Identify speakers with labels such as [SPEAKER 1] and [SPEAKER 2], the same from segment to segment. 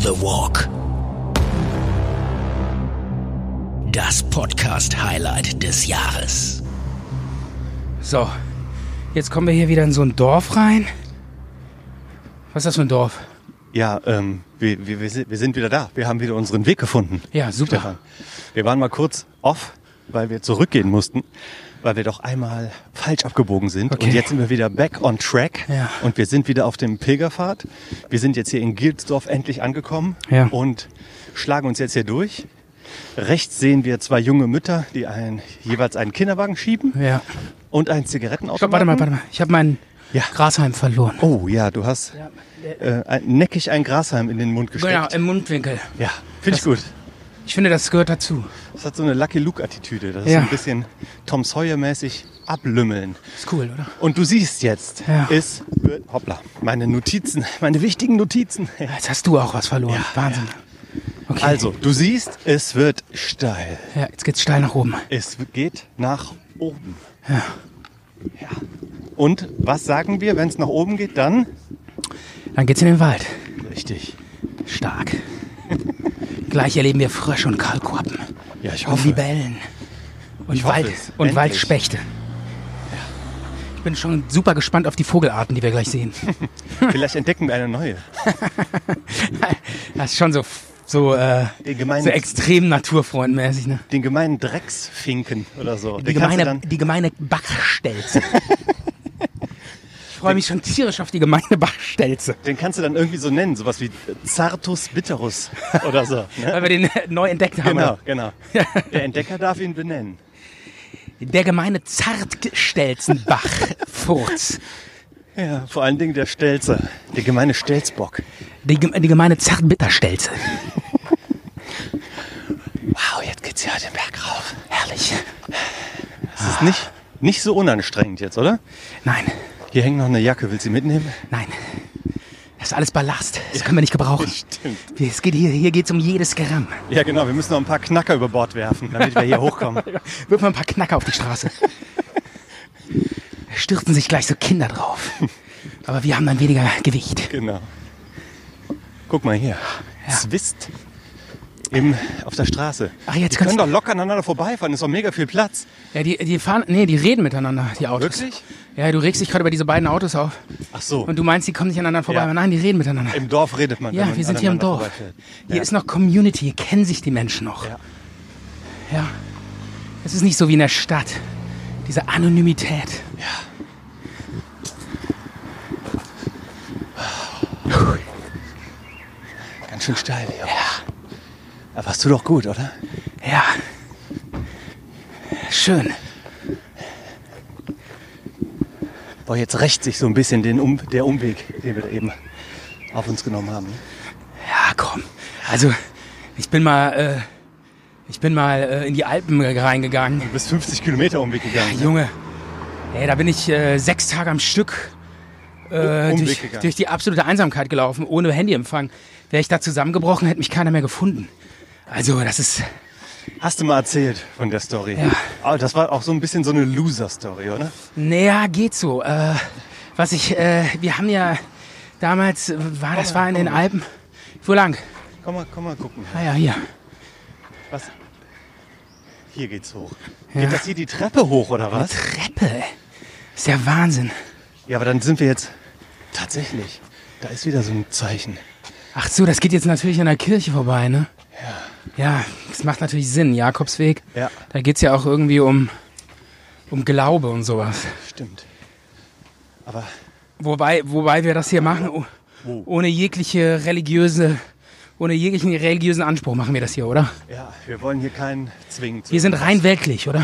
[SPEAKER 1] the Walk. Das Podcast-Highlight des Jahres.
[SPEAKER 2] So, jetzt kommen wir hier wieder in so ein Dorf rein. Was ist das für ein Dorf?
[SPEAKER 3] Ja, ähm, wir, wir, wir sind wir sind wieder da. Wir haben wieder unseren Weg gefunden.
[SPEAKER 2] Ja, super.
[SPEAKER 3] Stefan. Wir waren mal kurz off, weil wir zurückgehen mussten, weil wir doch einmal falsch abgebogen sind.
[SPEAKER 2] Okay.
[SPEAKER 3] Und jetzt sind wir wieder back on track.
[SPEAKER 2] Ja.
[SPEAKER 3] Und wir sind wieder auf dem Pilgerpfad. Wir sind jetzt hier in Gilsdorf endlich angekommen
[SPEAKER 2] Ja.
[SPEAKER 3] und schlagen uns jetzt hier durch. Rechts sehen wir zwei junge Mütter, die einen, jeweils einen Kinderwagen schieben
[SPEAKER 2] Ja.
[SPEAKER 3] und einen
[SPEAKER 2] Ich
[SPEAKER 3] Zigarettenautomaten.
[SPEAKER 2] glaub, warte mal, warte mal. Ich habe meinen
[SPEAKER 3] Ja.
[SPEAKER 2] Grashalm verloren.
[SPEAKER 3] Oh ja, du hast äh, ein- neckig ein Grashalm in den Mund gesteckt.
[SPEAKER 2] Genau, im Mundwinkel.
[SPEAKER 3] Ja, finde ich gut.
[SPEAKER 2] Ich finde, das gehört dazu.
[SPEAKER 3] Das hat so eine Lucky Luke-Attitüde. Das ist
[SPEAKER 2] Ja.
[SPEAKER 3] ein bisschen Tom Sawyer-mäßig ablümmeln.
[SPEAKER 2] Ist cool, oder?
[SPEAKER 3] Und du siehst jetzt,
[SPEAKER 2] Ja.
[SPEAKER 3] es wird, hoppla, meine Notizen, meine wichtigen Notizen.
[SPEAKER 2] Jetzt hast du auch was verloren. Wahnsinn. Okay.
[SPEAKER 3] Also, du siehst, es wird steil.
[SPEAKER 2] Ja, jetzt geht's steil nach oben.
[SPEAKER 3] Es geht nach oben. Ja. Und was sagen wir, wenn es nach oben geht, dann?
[SPEAKER 2] Dann geht's in den Wald.
[SPEAKER 3] Richtig.
[SPEAKER 2] Stark. Gleich erleben wir Frösche und Kaulquappen.
[SPEAKER 3] Ja, ich
[SPEAKER 2] Und
[SPEAKER 3] hoffe.
[SPEAKER 2] Libellen. Und,
[SPEAKER 3] Ich hoffe
[SPEAKER 2] Wald,
[SPEAKER 3] es.
[SPEAKER 2] und
[SPEAKER 3] Endlich.
[SPEAKER 2] Waldspechte. Ich bin schon super gespannt auf die Vogelarten, die wir gleich sehen.
[SPEAKER 3] Vielleicht entdecken wir eine neue.
[SPEAKER 2] Das ist schon so, so, äh,
[SPEAKER 3] Den gemeinen-
[SPEAKER 2] so extrem naturfreundmäßig. Ne?
[SPEAKER 3] Den gemeinen Drecksfinken oder so.
[SPEAKER 2] Die,
[SPEAKER 3] Den kannst du
[SPEAKER 2] gemeine, die gemeine Bachstelze. ich freue mich schon tierisch auf die gemeine Bachstelze.
[SPEAKER 3] Den kannst du dann irgendwie so nennen, sowas wie Zartus Bitterus oder so. Ne?
[SPEAKER 2] Weil wir den äh, neu entdeckt haben.
[SPEAKER 3] Genau, genau. Der Entdecker darf ihn benennen.
[SPEAKER 2] Der gemeine Zartstelzenbach-Furz.
[SPEAKER 3] Ja, vor allen Dingen der Stelzer, der gemeine Stelzbock.
[SPEAKER 2] Die, gem- die gemeine Zartbitterstelze.
[SPEAKER 3] Wow, jetzt geht's
[SPEAKER 2] halt
[SPEAKER 3] ja den Berg rauf.
[SPEAKER 2] Herrlich.
[SPEAKER 3] Das
[SPEAKER 2] Ah.
[SPEAKER 3] ist nicht, nicht so unanstrengend jetzt, oder?
[SPEAKER 2] Nein,
[SPEAKER 3] Hier hängt noch eine Jacke, willst du sie mitnehmen?
[SPEAKER 2] nein. Das ist alles Ballast. Das können wir nicht gebrauchen.
[SPEAKER 3] Stimmt.
[SPEAKER 2] Es geht hier, hier geht's um jedes Gramm.
[SPEAKER 3] Ja, genau, wir müssen noch ein paar Knacker über Bord werfen, damit wir hier hochkommen.
[SPEAKER 2] Wirf mal ein paar Knacker auf die Straße. Da Stürzen sich gleich so Kinder drauf. Aber wir haben dann weniger Gewicht.
[SPEAKER 3] Genau. Guck mal hier. Zwist. Im, auf der Straße.
[SPEAKER 2] Ach, jetzt
[SPEAKER 3] die
[SPEAKER 2] kannst
[SPEAKER 3] können
[SPEAKER 2] du-
[SPEAKER 3] doch locker aneinander vorbeifahren, ist doch mega viel Platz.
[SPEAKER 2] Ja, die, die fahren, nee, die reden miteinander, die Autos.
[SPEAKER 3] Wirklich?
[SPEAKER 2] Ja, du regst dich gerade über diese beiden Autos auf.
[SPEAKER 3] Ach so,
[SPEAKER 2] Und du meinst, die kommen nicht aneinander vorbei.
[SPEAKER 3] Ja.
[SPEAKER 2] Aber nein, die reden miteinander.
[SPEAKER 3] im Dorf redet man. wenn
[SPEAKER 2] Ja,
[SPEAKER 3] man
[SPEAKER 2] wir sind hier im
[SPEAKER 3] aneinander
[SPEAKER 2] Dorf.
[SPEAKER 3] vorbeifährt.
[SPEAKER 2] Hier ist noch Community, hier kennen sich die Menschen noch.
[SPEAKER 3] Ja.
[SPEAKER 2] Ja. Es ist nicht so wie in der Stadt. Diese Anonymität.
[SPEAKER 3] Ganz schön steil hier. Ja. Da warst du doch gut, oder?
[SPEAKER 2] Ja. Schön.
[SPEAKER 3] Boah, jetzt rächt sich so ein bisschen den um der Umweg, den wir da eben auf uns genommen haben.
[SPEAKER 2] Ja, komm. Also, ich bin mal, äh, ich bin mal äh, in die Alpen reingegangen.
[SPEAKER 3] Du bist 50 Kilometer Umweg gegangen.
[SPEAKER 2] Junge, ey, da bin ich äh, sechs Tage am Stück äh,
[SPEAKER 3] Umweg
[SPEAKER 2] durch,
[SPEAKER 3] gegangen.
[SPEAKER 2] durch die absolute Einsamkeit gelaufen, ohne Handyempfang. Wäre ich da zusammengebrochen, hätte mich keiner mehr gefunden. Also, das ist,
[SPEAKER 3] Hast du mal erzählt von der Story?
[SPEAKER 2] Ja.
[SPEAKER 3] Aber das war auch so ein bisschen so eine Loser-Story, oder?
[SPEAKER 2] naja, geht so. Äh, was ich, äh, wir haben ja damals, äh, war
[SPEAKER 3] Oh,
[SPEAKER 2] das war in den Alpen, wo lang?
[SPEAKER 3] Komm mal, komm mal gucken.
[SPEAKER 2] Ah ja, hier.
[SPEAKER 3] Was? Hier geht's hoch. Geht das hier die Treppe hoch, oder was?
[SPEAKER 2] Treppe, ey. ist ja Wahnsinn.
[SPEAKER 3] Ja, aber dann sind wir jetzt tatsächlich. Da ist wieder so ein Zeichen.
[SPEAKER 2] Ach so, das geht jetzt natürlich an der Kirche vorbei, ne? Ja. Ja, das macht natürlich Sinn, Jakobsweg.
[SPEAKER 3] Ja.
[SPEAKER 2] Da geht's ja auch irgendwie um, um Glaube und sowas.
[SPEAKER 3] Stimmt. Aber
[SPEAKER 2] Wobei, wobei wir das hier machen, oh- ohne jegliche religiöse, ohne jeglichen religiösen Anspruch machen wir das hier, oder?
[SPEAKER 3] ja, wir wollen hier keinen zwingen. zu
[SPEAKER 2] Wir sind
[SPEAKER 3] irgendwas.
[SPEAKER 2] rein weltlich, oder?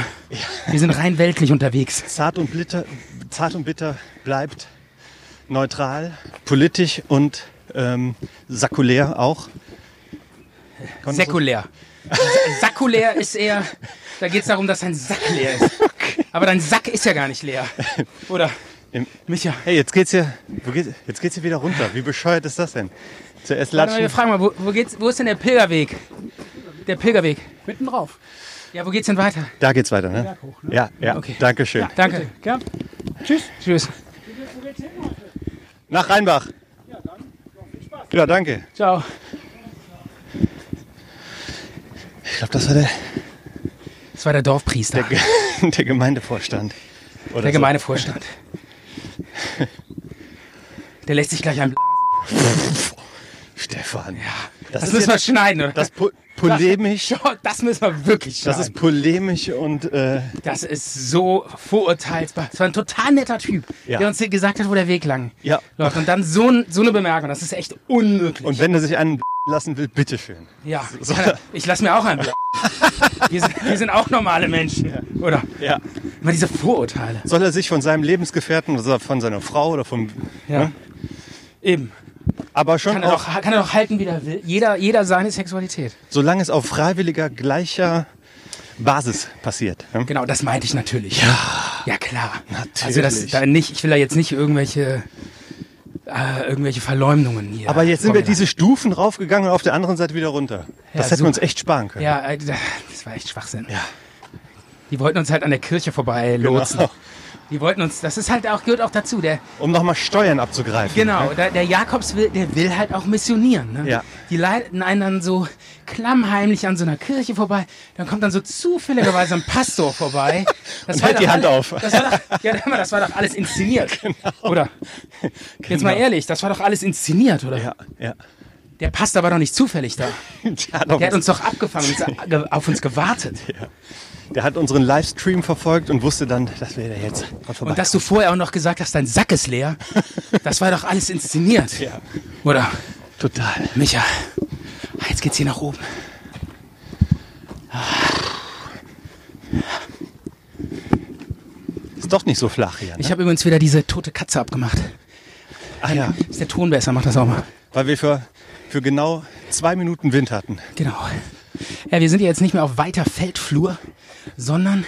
[SPEAKER 2] Wir sind rein weltlich unterwegs.
[SPEAKER 3] Zart und bitter, zart und bitter bleibt neutral, politisch und ähm, säkulär auch. Kann man so-
[SPEAKER 2] Säkulär. Sakulär ist eher, da geht's darum, dass dein Sack leer ist. Aber dein Sack ist ja gar nicht leer. Oder?
[SPEAKER 3] Im-
[SPEAKER 2] Micha.
[SPEAKER 3] Hey, jetzt geht's hier, wo geht, jetzt geht's hier wieder runter. Wie bescheuert ist das denn? Zuerst
[SPEAKER 2] Warte mal, wir
[SPEAKER 3] latschen.
[SPEAKER 2] fragen mal, wo, wo, geht's, wo ist denn der Pilgerweg? Der Pilgerweg. Mitten drauf. Ja, wo geht's denn weiter?
[SPEAKER 3] Da geht's weiter, ne? Ja, ja.
[SPEAKER 2] Okay.
[SPEAKER 3] Danke schön.
[SPEAKER 2] Danke.
[SPEAKER 4] Ja, tschüss.
[SPEAKER 2] Tschüss.
[SPEAKER 3] Nach Rheinbach. Ja, danke.
[SPEAKER 2] Ciao.
[SPEAKER 3] Ich glaube, das war der,
[SPEAKER 2] Das war der Dorfpriester,
[SPEAKER 3] der,
[SPEAKER 2] der,
[SPEAKER 3] Ge- Also- der Gemeindevorstand. Oder so.
[SPEAKER 2] Gemeindevorstand. der lässt sich gleich ein.
[SPEAKER 3] Stefan.
[SPEAKER 2] Das, müssen wir schneiden, oder?
[SPEAKER 3] Das po polemisch.
[SPEAKER 2] das müssen wir wirklich
[SPEAKER 3] Das
[SPEAKER 2] schneiden.
[SPEAKER 3] ist polemisch und äh,
[SPEAKER 2] Das ist so vorurteilsbar. Das war ein total netter Typ,
[SPEAKER 3] Ja.
[SPEAKER 2] der uns hier gesagt hat, wo der Weg lang
[SPEAKER 3] Ja.
[SPEAKER 2] läuft. Und dann so, ein- so eine Bemerkung, das ist echt unmöglich.
[SPEAKER 3] und wenn er sich einen lassen will, bitteschön.
[SPEAKER 2] ja,
[SPEAKER 3] so-
[SPEAKER 2] ja, ich lasse mir auch ein. wir, sind, wir sind auch normale Menschen, oder?
[SPEAKER 3] Ja.
[SPEAKER 2] Immer diese Vorurteile.
[SPEAKER 3] Soll er sich von seinem Lebensgefährten, also von seiner Frau oder vom,
[SPEAKER 2] Ja. Eben.
[SPEAKER 3] aber schon
[SPEAKER 2] Kann er,
[SPEAKER 3] auch,
[SPEAKER 2] doch, kann er doch halten, wie er will. Jeder, jeder seine Sexualität.
[SPEAKER 3] solange es auf freiwilliger gleicher Basis passiert. ne?
[SPEAKER 2] Genau, das meinte ich natürlich. Ja, ja klar.
[SPEAKER 3] Natürlich.
[SPEAKER 2] Also das, da nicht, ich will da jetzt nicht irgendwelche, äh, irgendwelche Verleumdungen hier.
[SPEAKER 3] Aber jetzt sind wir
[SPEAKER 2] vorgelassen.
[SPEAKER 3] diese Stufen raufgegangen und auf der anderen Seite wieder runter.
[SPEAKER 2] Ja,
[SPEAKER 3] Das hätten wir
[SPEAKER 2] super.
[SPEAKER 3] uns echt sparen können.
[SPEAKER 2] Ja, äh, das war echt Schwachsinn. Die wollten uns halt an der Kirche vorbei lotsen.
[SPEAKER 3] Genau.
[SPEAKER 2] Die wollten uns, das ist halt auch, gehört auch dazu. Der,
[SPEAKER 3] Um nochmal Steuern abzugreifen.
[SPEAKER 2] genau, der, der Jakobs will, der will halt auch missionieren. Ne?
[SPEAKER 3] Ja.
[SPEAKER 2] Die leiten einen dann so klammheimlich an so einer Kirche vorbei. Dann kommt dann so zufälligerweise ein Pastor vorbei. Das
[SPEAKER 3] Und
[SPEAKER 2] war
[SPEAKER 3] hält
[SPEAKER 2] doch
[SPEAKER 3] die Hand
[SPEAKER 2] alle-
[SPEAKER 3] auf. Genau.
[SPEAKER 2] Das war doch, ja, hör mal, das war doch alles inszeniert. Oder? Jetzt mal ehrlich, das war doch alles inszeniert, oder?
[SPEAKER 3] Ja, ja.
[SPEAKER 2] Der Pastor war doch nicht zufällig da.
[SPEAKER 3] Der hat, auf
[SPEAKER 2] Der hat uns
[SPEAKER 3] uns,
[SPEAKER 2] doch abgefangen, und ge- auf uns gewartet.
[SPEAKER 3] der hat unseren Livestream verfolgt und wusste dann, dass wir da jetzt dran
[SPEAKER 2] Und dass du vorher auch noch gesagt hast, dein Sack ist leer, das war doch alles inszeniert.
[SPEAKER 3] Ja.
[SPEAKER 2] Oder?
[SPEAKER 3] total.
[SPEAKER 2] Micha, jetzt geht's hier nach oben.
[SPEAKER 3] Ist doch nicht so flach hier. Ne?
[SPEAKER 2] Ich habe übrigens wieder diese tote Katze abgemacht.
[SPEAKER 3] ah ja,
[SPEAKER 2] Ist der Ton besser, mach das auch mal.
[SPEAKER 3] weil wir für, für genau zwei Minuten Wind hatten.
[SPEAKER 2] Genau. Ja, wir sind ja jetzt nicht mehr auf weiter Feldflur, sondern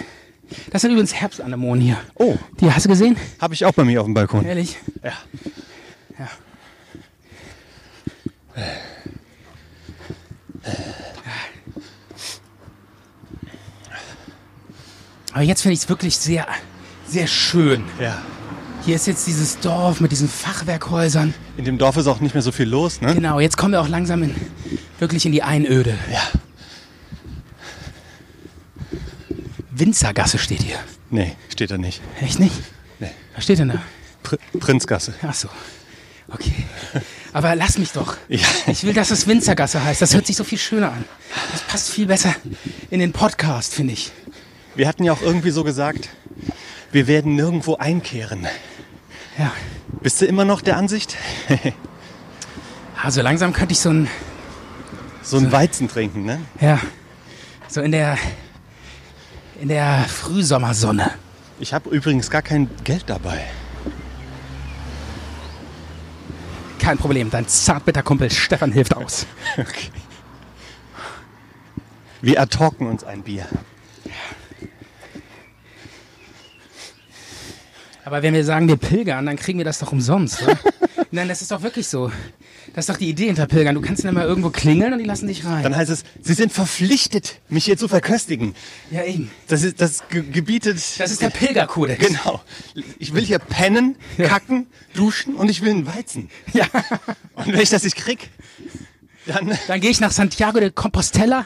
[SPEAKER 2] das sind übrigens Herbstanemonen hier.
[SPEAKER 3] Oh.
[SPEAKER 2] Die hast du gesehen?
[SPEAKER 3] Habe ich auch bei mir auf dem Balkon.
[SPEAKER 2] Ehrlich?
[SPEAKER 3] Ja.
[SPEAKER 2] Ja. Aber jetzt finde ich es wirklich sehr, sehr schön.
[SPEAKER 3] Ja.
[SPEAKER 2] Hier ist jetzt dieses Dorf mit diesen Fachwerkhäusern.
[SPEAKER 3] In dem Dorf ist auch nicht mehr so viel los, ne?
[SPEAKER 2] Genau, jetzt kommen wir auch langsam in, wirklich in die Einöde.
[SPEAKER 3] Ja.
[SPEAKER 2] Winzergasse steht hier.
[SPEAKER 3] Nee, steht da nicht.
[SPEAKER 2] Echt nicht?
[SPEAKER 3] Nee.
[SPEAKER 2] Was steht denn da?
[SPEAKER 3] Pr Prinzgasse.
[SPEAKER 2] Ach so. Okay. Aber lass mich doch.
[SPEAKER 3] Ja.
[SPEAKER 2] Ich will, dass es Winzergasse heißt. Das hört sich so viel schöner an. Das passt viel besser in den Podcast, finde ich.
[SPEAKER 3] Wir hatten ja auch irgendwie so gesagt, wir werden nirgendwo einkehren.
[SPEAKER 2] Ja.
[SPEAKER 3] Bist du immer noch der Ansicht?
[SPEAKER 2] Also langsam könnte ich so ein,
[SPEAKER 3] So ein Weizen trinken, ne?
[SPEAKER 2] ja, so in der, in der Frühsommersonne.
[SPEAKER 3] Ich habe übrigens gar kein Geld dabei.
[SPEAKER 2] Kein Problem, dein zartbitter Kumpel Stefan hilft aus.
[SPEAKER 3] Okay. Wir ertalken uns ein Bier.
[SPEAKER 2] Aber wenn wir sagen, wir pilgern, dann kriegen wir das doch umsonst. Oder? Nein, das ist doch wirklich so. Das ist doch die Idee hinter Pilgern. Du kannst dann immer irgendwo klingeln und die lassen dich rein.
[SPEAKER 3] Dann heißt es, Sie sind verpflichtet, mich hier zu verköstigen.
[SPEAKER 2] ja, eben.
[SPEAKER 3] Das ist das ge gebietet.
[SPEAKER 2] Das ist der Pilgerkodex.
[SPEAKER 3] genau. Ich will hier pennen, kacken, duschen und ich will einen Weizen.
[SPEAKER 2] Ja.
[SPEAKER 3] Und wenn ich das nicht krieg, dann
[SPEAKER 2] Dann gehe ich nach Santiago de Compostela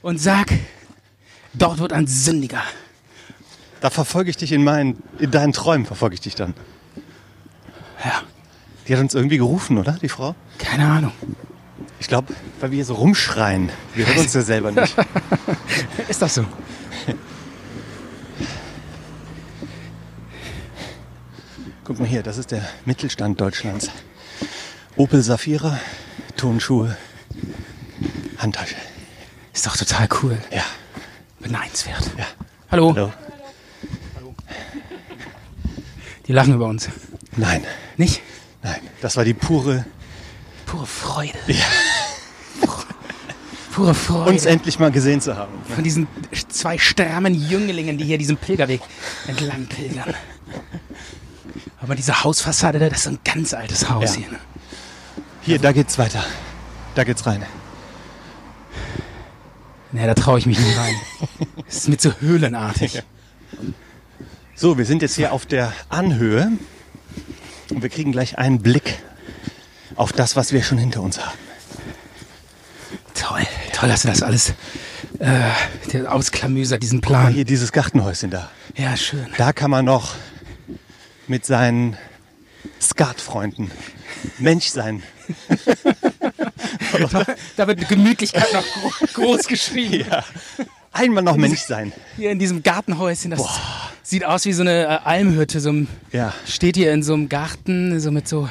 [SPEAKER 2] und sag, dort wird ein Sündiger.
[SPEAKER 3] da verfolge ich dich in meinen in deinen Träumen verfolge ich dich dann.
[SPEAKER 2] Ja,
[SPEAKER 3] Die hat uns irgendwie gerufen, oder? Die Frau?
[SPEAKER 2] keine Ahnung.
[SPEAKER 3] Ich glaube, weil wir hier so rumschreien. Wir hören uns ja selber nicht.
[SPEAKER 2] Ist das so?
[SPEAKER 3] Guck mal hier, das ist der Mittelstand Deutschlands. Opel Safira, Tonschuhe, Handtasche.
[SPEAKER 2] Ist doch total cool.
[SPEAKER 3] Ja,
[SPEAKER 2] Beneidenswert.
[SPEAKER 3] ja.
[SPEAKER 2] Hallo.
[SPEAKER 3] Hallo?
[SPEAKER 2] Die lachen über uns.
[SPEAKER 3] Nein,
[SPEAKER 2] Nicht?
[SPEAKER 3] nein. Das war die pure,
[SPEAKER 2] Pure Freude. Pure Freude.
[SPEAKER 3] uns endlich mal gesehen zu haben.
[SPEAKER 2] von diesen zwei strammen Jünglingen, die hier diesen Pilgerweg entlang pilgern. Aber diese Hausfassade, da, das ist so ein ganz altes Haus
[SPEAKER 3] Ja.
[SPEAKER 2] hier. Ne?
[SPEAKER 3] Hier, da geht's weiter. Da geht's rein.
[SPEAKER 2] Nee, da traue ich mich nicht rein. Das ist mir zu höhlenartig.
[SPEAKER 3] So, wir sind jetzt hier auf der Anhöhe und wir kriegen gleich einen Blick auf das, was wir schon hinter uns haben.
[SPEAKER 2] Toll, toll, dass du das alles äh, der Ausklamüser diesen Plan.
[SPEAKER 3] Hier dieses Gartenhäuschen da.
[SPEAKER 2] Ja, schön.
[SPEAKER 3] Da kann man noch mit seinen Skatfreunden Mensch sein.
[SPEAKER 2] Da, da wird Gemütlichkeit noch gro- groß geschrieben.
[SPEAKER 3] Einmal noch Mensch sein.
[SPEAKER 2] Hier in diesem Gartenhäuschen, das sieht aus wie so eine äh, Almhütte. So ein,
[SPEAKER 3] Ja.
[SPEAKER 2] Steht hier in so einem Garten, so mit so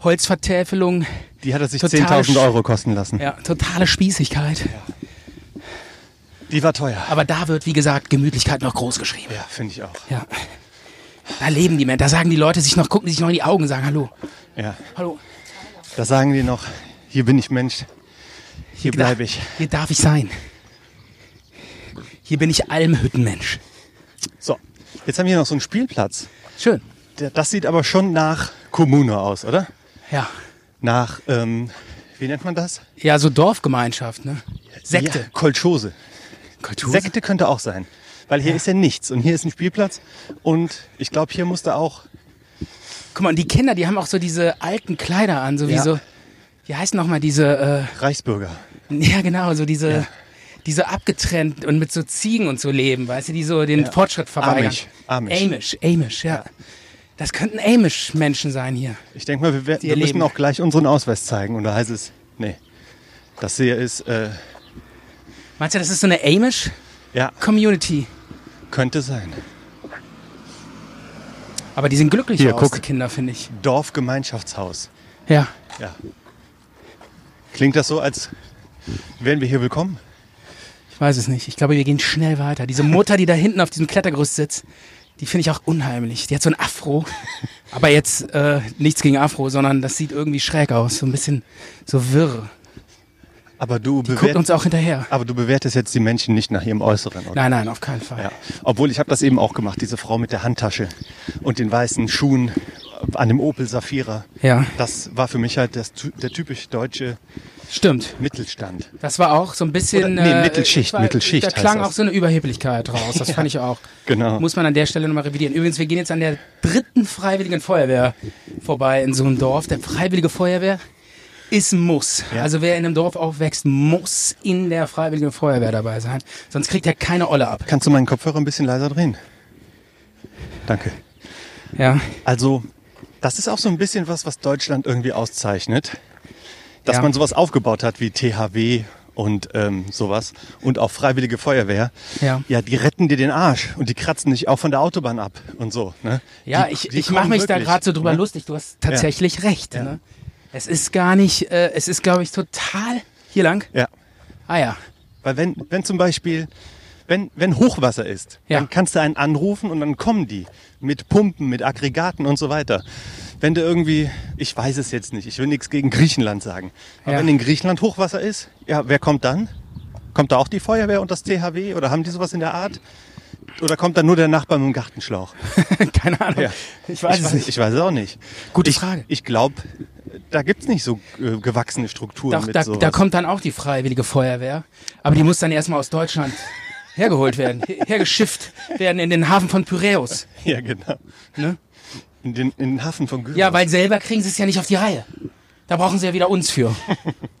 [SPEAKER 2] Holzvertäfelung.
[SPEAKER 3] Die hat er sich
[SPEAKER 2] Total
[SPEAKER 3] 10.000
[SPEAKER 2] sch-
[SPEAKER 3] Euro kosten lassen.
[SPEAKER 2] Ja, totale Spießigkeit.
[SPEAKER 3] Die war teuer.
[SPEAKER 2] Aber da wird, wie gesagt, Gemütlichkeit noch groß geschrieben.
[SPEAKER 3] Ja, finde ich auch.
[SPEAKER 2] Ja. Da leben die Menschen, da sagen die Leute sich noch, gucken sich noch in die Augen und sagen Hallo.
[SPEAKER 3] Ja.
[SPEAKER 2] Hallo.
[SPEAKER 3] Da sagen die noch, hier bin ich Mensch. Hier
[SPEAKER 2] darf-
[SPEAKER 3] bleibe ich.
[SPEAKER 2] Hier darf ich sein. Hier bin ich Almhüttenmensch.
[SPEAKER 3] So, jetzt haben wir hier noch so einen Spielplatz.
[SPEAKER 2] Schön.
[SPEAKER 3] Der- Das sieht aber schon nach Kommune aus, oder?
[SPEAKER 2] Ja.
[SPEAKER 3] Nach, ähm, wie nennt man das?
[SPEAKER 2] Ja, so Dorfgemeinschaft, ne? Sekte.
[SPEAKER 3] Ja, Kolchose.
[SPEAKER 2] Kultur.
[SPEAKER 3] Sekte könnte auch sein. Weil hier ist ja nichts und hier ist ein Spielplatz und ich glaube, hier musste auch
[SPEAKER 2] Guck mal, und die Kinder, die haben auch so diese alten Kleider an, so wie
[SPEAKER 3] Ja.
[SPEAKER 2] so. Wie heißen nochmal diese,
[SPEAKER 3] Reichsbürger.
[SPEAKER 2] äh, ja genau, so diese, diese abgetrennt und mit so Ziegen und so leben, weißt du, die so den Fortschritt verweigern.
[SPEAKER 3] Amish, Amish.
[SPEAKER 2] Amish, Amish, ja. Das könnten Amish-Menschen sein hier.
[SPEAKER 3] Ich denke mal, wir, wer-
[SPEAKER 2] Die
[SPEAKER 3] wir müssen
[SPEAKER 2] erleben.
[SPEAKER 3] auch gleich unseren Ausweis zeigen und da heißt es, nee, das hier ist, äh,
[SPEAKER 2] Meinst du, das ist so eine Amish-Community?
[SPEAKER 3] ja, könnte sein.
[SPEAKER 2] Aber die sehen glücklich
[SPEAKER 3] Hier,
[SPEAKER 2] aus,
[SPEAKER 3] guck.
[SPEAKER 2] die Kinder, finde ich.
[SPEAKER 3] Dorfgemeinschaftshaus.
[SPEAKER 2] Ja.
[SPEAKER 3] Ja. Klingt das so, als wären wir hier willkommen?
[SPEAKER 2] Ich weiß es nicht. Ich glaube, wir gehen schnell weiter. Diese Mutter, die da hinten auf diesem Klettergerüst sitzt, die finde ich auch unheimlich. Die hat so ein Afro. Aber jetzt äh, nichts gegen Afro, sondern das sieht irgendwie schräg aus. So ein bisschen so wirr.
[SPEAKER 3] Aber du,
[SPEAKER 2] Guckt
[SPEAKER 3] bewert,
[SPEAKER 2] uns auch hinterher.
[SPEAKER 3] aber du bewertest jetzt die Menschen nicht nach ihrem Äußeren, oder?
[SPEAKER 2] Nein, nein, auf keinen Fall.
[SPEAKER 3] Ja. Obwohl, ich habe das eben auch gemacht, diese Frau mit der Handtasche und den weißen Schuhen an dem Opel Safira.
[SPEAKER 2] Ja.
[SPEAKER 3] Das war für mich halt das, ty- der typisch deutsche
[SPEAKER 2] Stimmt.
[SPEAKER 3] Mittelstand.
[SPEAKER 2] Das war auch so ein bisschen.
[SPEAKER 3] Oder- nee,
[SPEAKER 2] äh,
[SPEAKER 3] Mittelschicht,
[SPEAKER 2] ich war,
[SPEAKER 3] Mittelschicht
[SPEAKER 2] Da
[SPEAKER 3] heißt
[SPEAKER 2] klang
[SPEAKER 3] das.
[SPEAKER 2] auch so eine Überheblichkeit raus. Das fand ich auch.
[SPEAKER 3] Genau.
[SPEAKER 2] Muss man an der Stelle nochmal revidieren. Übrigens, wir gehen jetzt an der dritten Freiwilligen Feuerwehr vorbei in so einem Dorf. Der Freiwillige Feuerwehr ist ein Muss.
[SPEAKER 3] Ja.
[SPEAKER 2] Also wer in einem Dorf aufwächst, muss in der Freiwilligen Feuerwehr dabei sein. Sonst kriegt er keine Olle ab.
[SPEAKER 3] Kannst du meinen Kopfhörer ein bisschen leiser drehen? Danke.
[SPEAKER 2] Ja.
[SPEAKER 3] Also, das ist auch so ein bisschen was, was Deutschland irgendwie auszeichnet. Dass
[SPEAKER 2] Ja.
[SPEAKER 3] man sowas aufgebaut hat wie THW und ähm, sowas und auch Freiwillige Feuerwehr.
[SPEAKER 2] Ja.
[SPEAKER 3] ja, die retten dir den Arsch und die kratzen dich auch von der Autobahn ab und so. Ne?
[SPEAKER 2] Ja,
[SPEAKER 3] die,
[SPEAKER 2] ich,
[SPEAKER 3] die
[SPEAKER 2] ich mache
[SPEAKER 3] kommen
[SPEAKER 2] mich da
[SPEAKER 3] wirklich,
[SPEAKER 2] gerade so drüber
[SPEAKER 3] ne?
[SPEAKER 2] lustig. Du hast tatsächlich recht. Ne? Es ist gar nicht, äh, es ist, glaube ich, total hier lang.
[SPEAKER 3] Ja.
[SPEAKER 2] Ah ja.
[SPEAKER 3] Weil wenn, wenn zum Beispiel, wenn, wenn Hochwasser ist,
[SPEAKER 2] Ja.
[SPEAKER 3] dann kannst du einen anrufen und dann kommen die mit Pumpen, mit Aggregaten und so weiter. Wenn du irgendwie, ich weiß es jetzt nicht, ich will nichts gegen Griechenland sagen, aber
[SPEAKER 2] Ja.
[SPEAKER 3] wenn in Griechenland Hochwasser ist, ja, wer kommt dann? Kommt da auch die Feuerwehr und das THW oder haben die sowas in der Art? Oder kommt dann nur der Nachbar mit dem Gartenschlauch?
[SPEAKER 2] keine Ahnung.
[SPEAKER 3] Ja.
[SPEAKER 2] Ich weiß
[SPEAKER 3] ich
[SPEAKER 2] es
[SPEAKER 3] weiß,
[SPEAKER 2] nicht.
[SPEAKER 3] Ich weiß es auch nicht.
[SPEAKER 2] Gute
[SPEAKER 3] ich,
[SPEAKER 2] Frage.
[SPEAKER 3] Ich glaube, da gibt's nicht so äh, gewachsene Strukturen
[SPEAKER 2] Doch,
[SPEAKER 3] mit
[SPEAKER 2] da,
[SPEAKER 3] sowas.
[SPEAKER 2] da kommt dann auch die Freiwillige Feuerwehr. Aber die muss dann erstmal aus Deutschland hergeholt werden, her- hergeschifft werden in den Hafen von Pyräus.
[SPEAKER 3] Ja, genau.
[SPEAKER 2] Ne?
[SPEAKER 3] In den, in den Hafen von Gyros.
[SPEAKER 2] Ja, weil selber kriegen sie es ja nicht auf die Reihe. Da brauchen sie ja wieder uns für.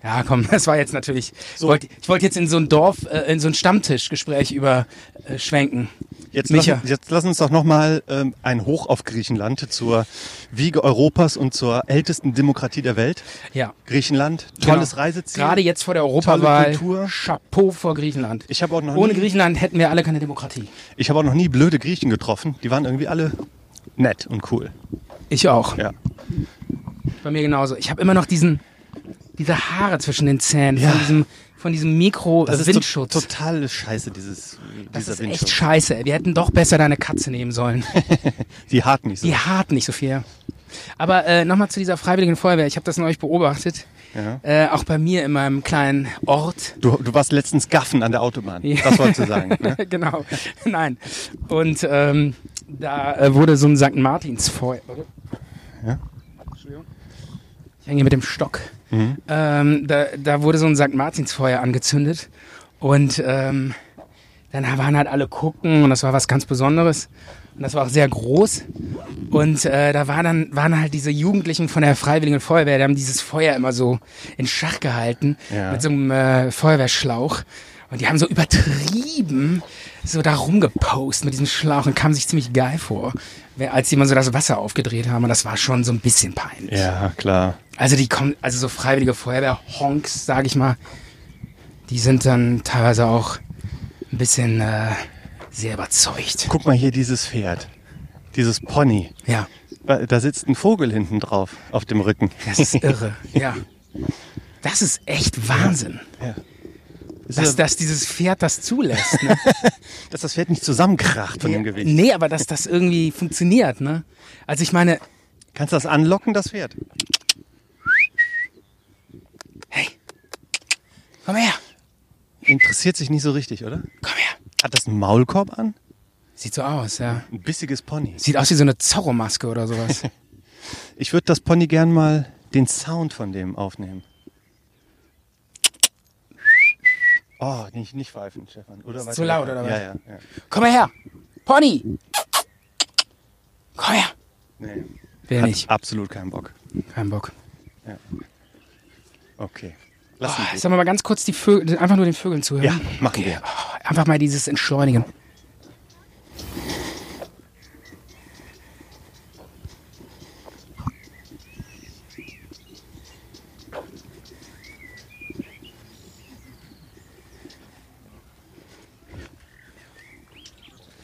[SPEAKER 2] Ja, komm, das war jetzt natürlich. Ich wollte ich wollte jetzt in so ein Dorf, äh, in so ein Stammtischgespräch über äh, schwenken.
[SPEAKER 3] Jetzt,
[SPEAKER 2] Micha.
[SPEAKER 3] lassen, jetzt lassen uns doch nochmal ähm, ein Hoch auf Griechenland zur Wiege Europas und zur ältesten Demokratie der Welt.
[SPEAKER 2] Ja.
[SPEAKER 3] Griechenland, tolles
[SPEAKER 2] Genau.
[SPEAKER 3] Reiseziel.
[SPEAKER 2] Gerade jetzt vor der Europawahl.
[SPEAKER 3] Kultur.
[SPEAKER 2] Chapeau vor Griechenland.
[SPEAKER 3] Ich habe auch noch
[SPEAKER 2] Ohne
[SPEAKER 3] nie-
[SPEAKER 2] Griechenland hätten wir alle keine Demokratie.
[SPEAKER 3] Ich habe auch noch nie blöde Griechen getroffen. Die waren irgendwie alle nett und cool.
[SPEAKER 2] Ich auch.
[SPEAKER 3] Ja.
[SPEAKER 2] Bei mir genauso. Ich habe immer noch diesen, diese Haare zwischen den Zähnen
[SPEAKER 3] Ja.
[SPEAKER 2] von diesem, von diesem
[SPEAKER 3] Das ist to
[SPEAKER 2] Mikro-Windschutz.
[SPEAKER 3] total scheiße, dieses, äh,
[SPEAKER 2] das
[SPEAKER 3] dieser
[SPEAKER 2] ist echt
[SPEAKER 3] Windschutz.
[SPEAKER 2] scheiße. ey. Wir hätten doch besser deine Katze nehmen sollen.
[SPEAKER 3] Die hart nicht so.
[SPEAKER 2] Die hart nicht so viel. Aber äh, nochmal zu dieser Freiwilligen Feuerwehr. Ich habe das neulich beobachtet.
[SPEAKER 3] Ja.
[SPEAKER 2] Äh, auch bei mir in meinem kleinen Ort.
[SPEAKER 3] Du, du warst letztens gaffen an der Autobahn. Das wolltest du sagen. Ne?
[SPEAKER 2] genau. Nein. Und ähm, da äh, wurde so ein St. Martins Feuer.
[SPEAKER 3] Ja.
[SPEAKER 2] Entschuldigung. Ich hänge hier mit dem Stock.
[SPEAKER 3] Mhm.
[SPEAKER 2] Ähm, da, da wurde so ein St. Martins Feuer angezündet. Und ähm, dann waren halt alle gucken und das war was ganz Besonderes. Und das war auch sehr groß. Und äh, da waren dann waren halt diese Jugendlichen von der Freiwilligen Feuerwehr, die haben dieses Feuer immer so in Schach gehalten
[SPEAKER 3] Ja.
[SPEAKER 2] mit so einem äh, Feuerwehrschlauch. Und die haben so übertrieben so da rumgepostet mit diesem Schlauch und kam sich ziemlich geil vor, wer- als die mal so das Wasser aufgedreht haben. Und das war schon so ein bisschen peinlich.
[SPEAKER 3] Ja, klar.
[SPEAKER 2] Also die kommen, also so freiwillige Feuerwehr-Honks, sag ich mal, die sind dann teilweise auch ein bisschen äh, sehr überzeugt.
[SPEAKER 3] Guck mal hier dieses Pferd. Dieses Pony.
[SPEAKER 2] Ja,
[SPEAKER 3] Da da sitzt ein Vogel hinten drauf, auf dem Rücken.
[SPEAKER 2] das ist irre. ja. Das ist echt Wahnsinn, dass,
[SPEAKER 3] Ist das,
[SPEAKER 2] dass dieses Pferd das zulässt. Ne?
[SPEAKER 3] dass das Pferd nicht zusammenkracht von dem Gewicht.
[SPEAKER 2] Nee, aber dass das irgendwie funktioniert, ne? Also ich meine,
[SPEAKER 3] Kannst du das anlocken, das Pferd?
[SPEAKER 2] komm her,
[SPEAKER 3] Interessiert sich nicht so richtig, oder?
[SPEAKER 2] komm her.
[SPEAKER 3] Hat das einen Maulkorb an?
[SPEAKER 2] Sieht so aus, ja.
[SPEAKER 3] Ein bissiges Pony.
[SPEAKER 2] Sieht aus wie so eine Zorro-Maske oder sowas.
[SPEAKER 3] Ich würde das Pony gern mal den Sound von dem aufnehmen. Oh, nicht, nicht pfeifen, Stefan. Oder
[SPEAKER 2] zu laut, oder was?
[SPEAKER 3] Ja, ja. ja.
[SPEAKER 2] komm mal her, Pony. Komm her.
[SPEAKER 3] Nee.
[SPEAKER 2] Will
[SPEAKER 3] Hat
[SPEAKER 2] nicht.
[SPEAKER 3] absolut keinen Bock.
[SPEAKER 2] Kein Bock.
[SPEAKER 3] Okay.
[SPEAKER 2] Oh,
[SPEAKER 3] Lass ihn.
[SPEAKER 2] sollen wir mal ganz kurz die Vögel, einfach nur den Vögeln zuhören?
[SPEAKER 3] Ja, machen wir.
[SPEAKER 2] Oh, Einfach mal dieses Entschleunigen.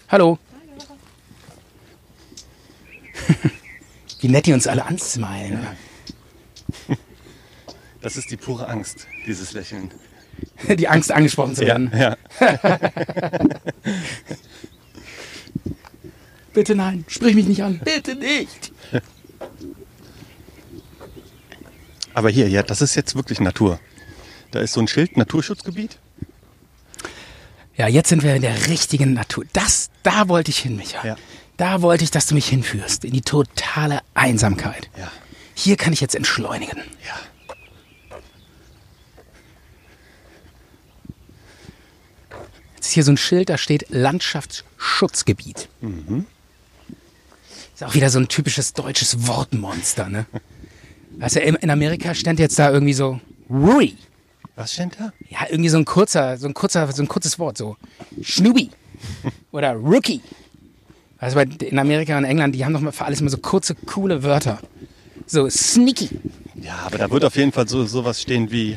[SPEAKER 2] Hallo. Wie nett die uns alle ansmilen.
[SPEAKER 3] Das ist die pure Angst, dieses Lächeln.
[SPEAKER 2] Die Angst, angesprochen zu werden.
[SPEAKER 3] ja.
[SPEAKER 2] Bitte nein, sprich mich nicht an. Bitte nicht.
[SPEAKER 3] Aber hier, ja, das ist jetzt wirklich Natur. Da ist so ein Schild, Naturschutzgebiet.
[SPEAKER 2] Ja, jetzt sind wir in der richtigen Natur. Das, da wollte ich hin, Micha.
[SPEAKER 3] Ja.
[SPEAKER 2] Da wollte ich, dass du mich hinführst. In die totale Einsamkeit.
[SPEAKER 3] Ja.
[SPEAKER 2] Hier kann ich jetzt entschleunigen.
[SPEAKER 3] Ja.
[SPEAKER 2] Jetzt ist hier so ein Schild, da steht Landschaftsschutzgebiet.
[SPEAKER 3] Mhm.
[SPEAKER 2] Ist auch wieder so ein typisches deutsches Wortmonster, ne? Also in in Amerika stand jetzt da irgendwie so Rui.
[SPEAKER 3] Was steht da?
[SPEAKER 2] Ja, irgendwie so ein kurzer, so ein kurzer, so ein kurzes Wort, so Schnubi oder Rookie. Also bei, in Amerika und England, die haben doch mal für alles immer so kurze, coole Wörter. So Sneaky.
[SPEAKER 3] Ja, aber da wird auf jeden Fall so sowas stehen wie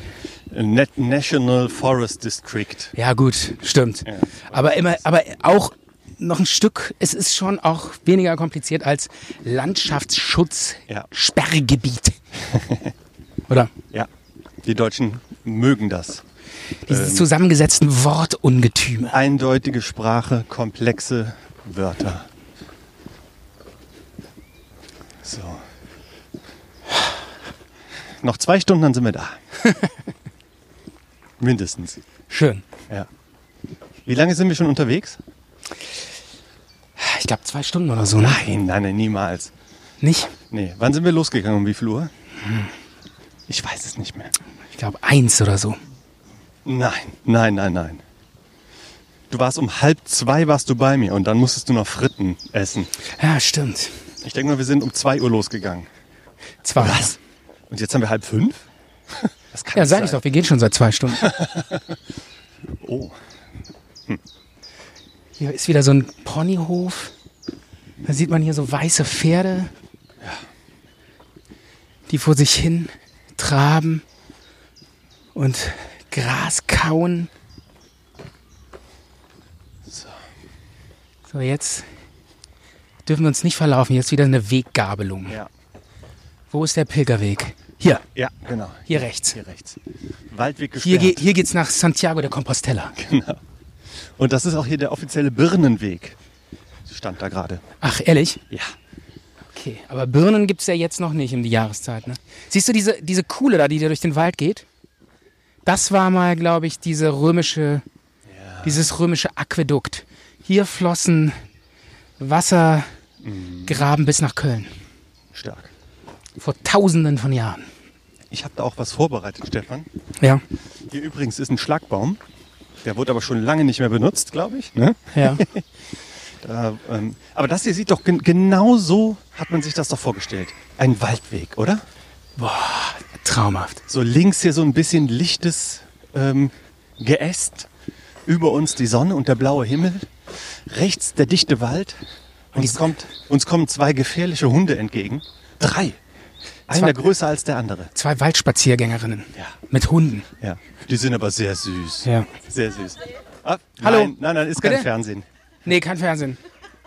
[SPEAKER 3] äh, Nat- National Forest District.
[SPEAKER 2] Ja, gut, stimmt. Aber immer, aber auch noch ein Stück, es ist schon auch weniger kompliziert als Landschaftsschutz
[SPEAKER 3] Ja.
[SPEAKER 2] Sperrgebiet. oder
[SPEAKER 3] Ja. Die Deutschen mögen das.
[SPEAKER 2] diese zusammengesetzten Wortungetüme.
[SPEAKER 3] Eindeutige Sprache, komplexe Wörter. So. Noch zwei Stunden, dann sind wir da. Mindestens.
[SPEAKER 2] Schön.
[SPEAKER 3] Ja. Wie lange sind wir schon unterwegs?
[SPEAKER 2] Ich glaube zwei Stunden oder so. Nein.
[SPEAKER 3] Nein, nein, niemals.
[SPEAKER 2] Nicht?
[SPEAKER 3] Nee, wann sind wir losgegangen? Um wie viel Uhr? Ich weiß es nicht mehr.
[SPEAKER 2] Ich glaube eins oder so.
[SPEAKER 3] Nein, nein, nein, nein. Du warst um halb zwei warst du bei mir und dann musstest du noch Fritten essen.
[SPEAKER 2] Ja, stimmt.
[SPEAKER 3] Ich denke mal, wir sind um zwei Uhr losgegangen.
[SPEAKER 2] Zwei. Was?
[SPEAKER 3] Und jetzt haben wir halb fünf? Das kann
[SPEAKER 2] Ja,
[SPEAKER 3] nicht
[SPEAKER 2] sag ich
[SPEAKER 3] sein.
[SPEAKER 2] doch, wir gehen schon seit zwei Stunden.
[SPEAKER 3] Oh,
[SPEAKER 2] Hier ist wieder so ein Ponyhof. Da sieht man hier so weiße Pferde, die vor sich hin traben und Gras kauen. So, jetzt dürfen wir uns nicht verlaufen. Jetzt wieder eine Weggabelung.
[SPEAKER 3] ja.
[SPEAKER 2] Wo ist der Pilgerweg? Hier,
[SPEAKER 3] Ja, genau.
[SPEAKER 2] hier rechts.
[SPEAKER 3] Hier rechts. Waldweg
[SPEAKER 2] Hier,
[SPEAKER 3] gesperrt.
[SPEAKER 2] ge hier geht's nach Santiago de Compostela.
[SPEAKER 3] und das ist auch hier der offizielle Birnenweg. Stand da gerade.
[SPEAKER 2] Ach, ehrlich?
[SPEAKER 3] Ja.
[SPEAKER 2] Okay, aber Birnen gibt es ja jetzt noch nicht um die Jahreszeit. Ne? Siehst du diese, diese Kuhle da, die da durch den Wald geht? Das war mal, glaube ich, diese römische, dieses römische Aquädukt. Hier flossen Wassergraben bis nach Köln.
[SPEAKER 3] Stark.
[SPEAKER 2] Vor tausenden von Jahren.
[SPEAKER 3] Ich habe da auch was vorbereitet, Stefan.
[SPEAKER 2] Ja,
[SPEAKER 3] Hier übrigens ist ein Schlagbaum. Der wurde aber schon lange nicht mehr benutzt, glaube ich. Ne?
[SPEAKER 2] ja.
[SPEAKER 3] Da, ähm, aber das hier sieht doch gen genau so, hat man sich das doch vorgestellt. Ein Waldweg, oder?
[SPEAKER 2] Traumhaft.
[SPEAKER 3] So links hier so ein bisschen lichtes ähm, Geäst über uns die Sonne und der blaue Himmel, rechts der dichte Wald. Uns,
[SPEAKER 2] die-
[SPEAKER 3] kommt, uns kommen zwei gefährliche Hunde entgegen. Drei. Einer größer als der andere.
[SPEAKER 2] Zwei Waldspaziergängerinnen.
[SPEAKER 3] Ja.
[SPEAKER 2] Mit Hunden.
[SPEAKER 3] Ja. Die sind aber sehr süß.
[SPEAKER 2] Ja.
[SPEAKER 3] Sehr süß. Ah,
[SPEAKER 2] Hallo.
[SPEAKER 3] Nein, nein, nein, ist kein
[SPEAKER 2] Bitte?
[SPEAKER 3] Fernsehen.
[SPEAKER 2] Nee, kein Fernsehen.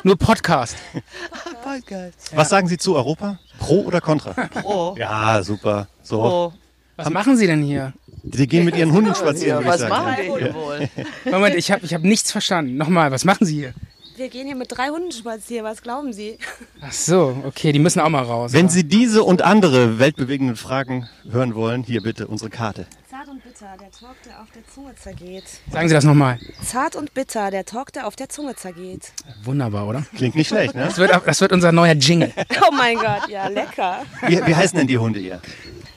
[SPEAKER 2] Nur Podcast.
[SPEAKER 3] Was sagen Sie zu Europa? Pro oder contra?
[SPEAKER 4] Pro.
[SPEAKER 3] Ja, super. So.
[SPEAKER 4] Pro.
[SPEAKER 2] Was machen Sie denn hier?
[SPEAKER 3] Die gehen mit ihren Hunden spazieren, würde ich
[SPEAKER 4] Was
[SPEAKER 3] sagen.
[SPEAKER 4] machen wir hier wohl?
[SPEAKER 2] Moment, ich habe ich hab nichts verstanden. Nochmal, was machen Sie hier?
[SPEAKER 5] Wir gehen hier mit drei Hunden spazieren, was glauben Sie?
[SPEAKER 2] Ach so, okay, die müssen auch mal raus.
[SPEAKER 3] Wenn Sie diese und andere weltbewegenden Fragen hören wollen, hier bitte unsere Karte.
[SPEAKER 5] Zart und bitter, der Talk, der auf der Zunge zergeht.
[SPEAKER 2] Sagen Sie das nochmal.
[SPEAKER 5] Zart und bitter, der Talk, der auf der Zunge zergeht.
[SPEAKER 2] Wunderbar, oder?
[SPEAKER 3] Klingt nicht schlecht, ne?
[SPEAKER 2] Das wird, auch- das wird unser neuer Jingle.
[SPEAKER 5] Oh mein Gott, ja, lecker.
[SPEAKER 3] Wie, wie heißen denn die Hunde hier?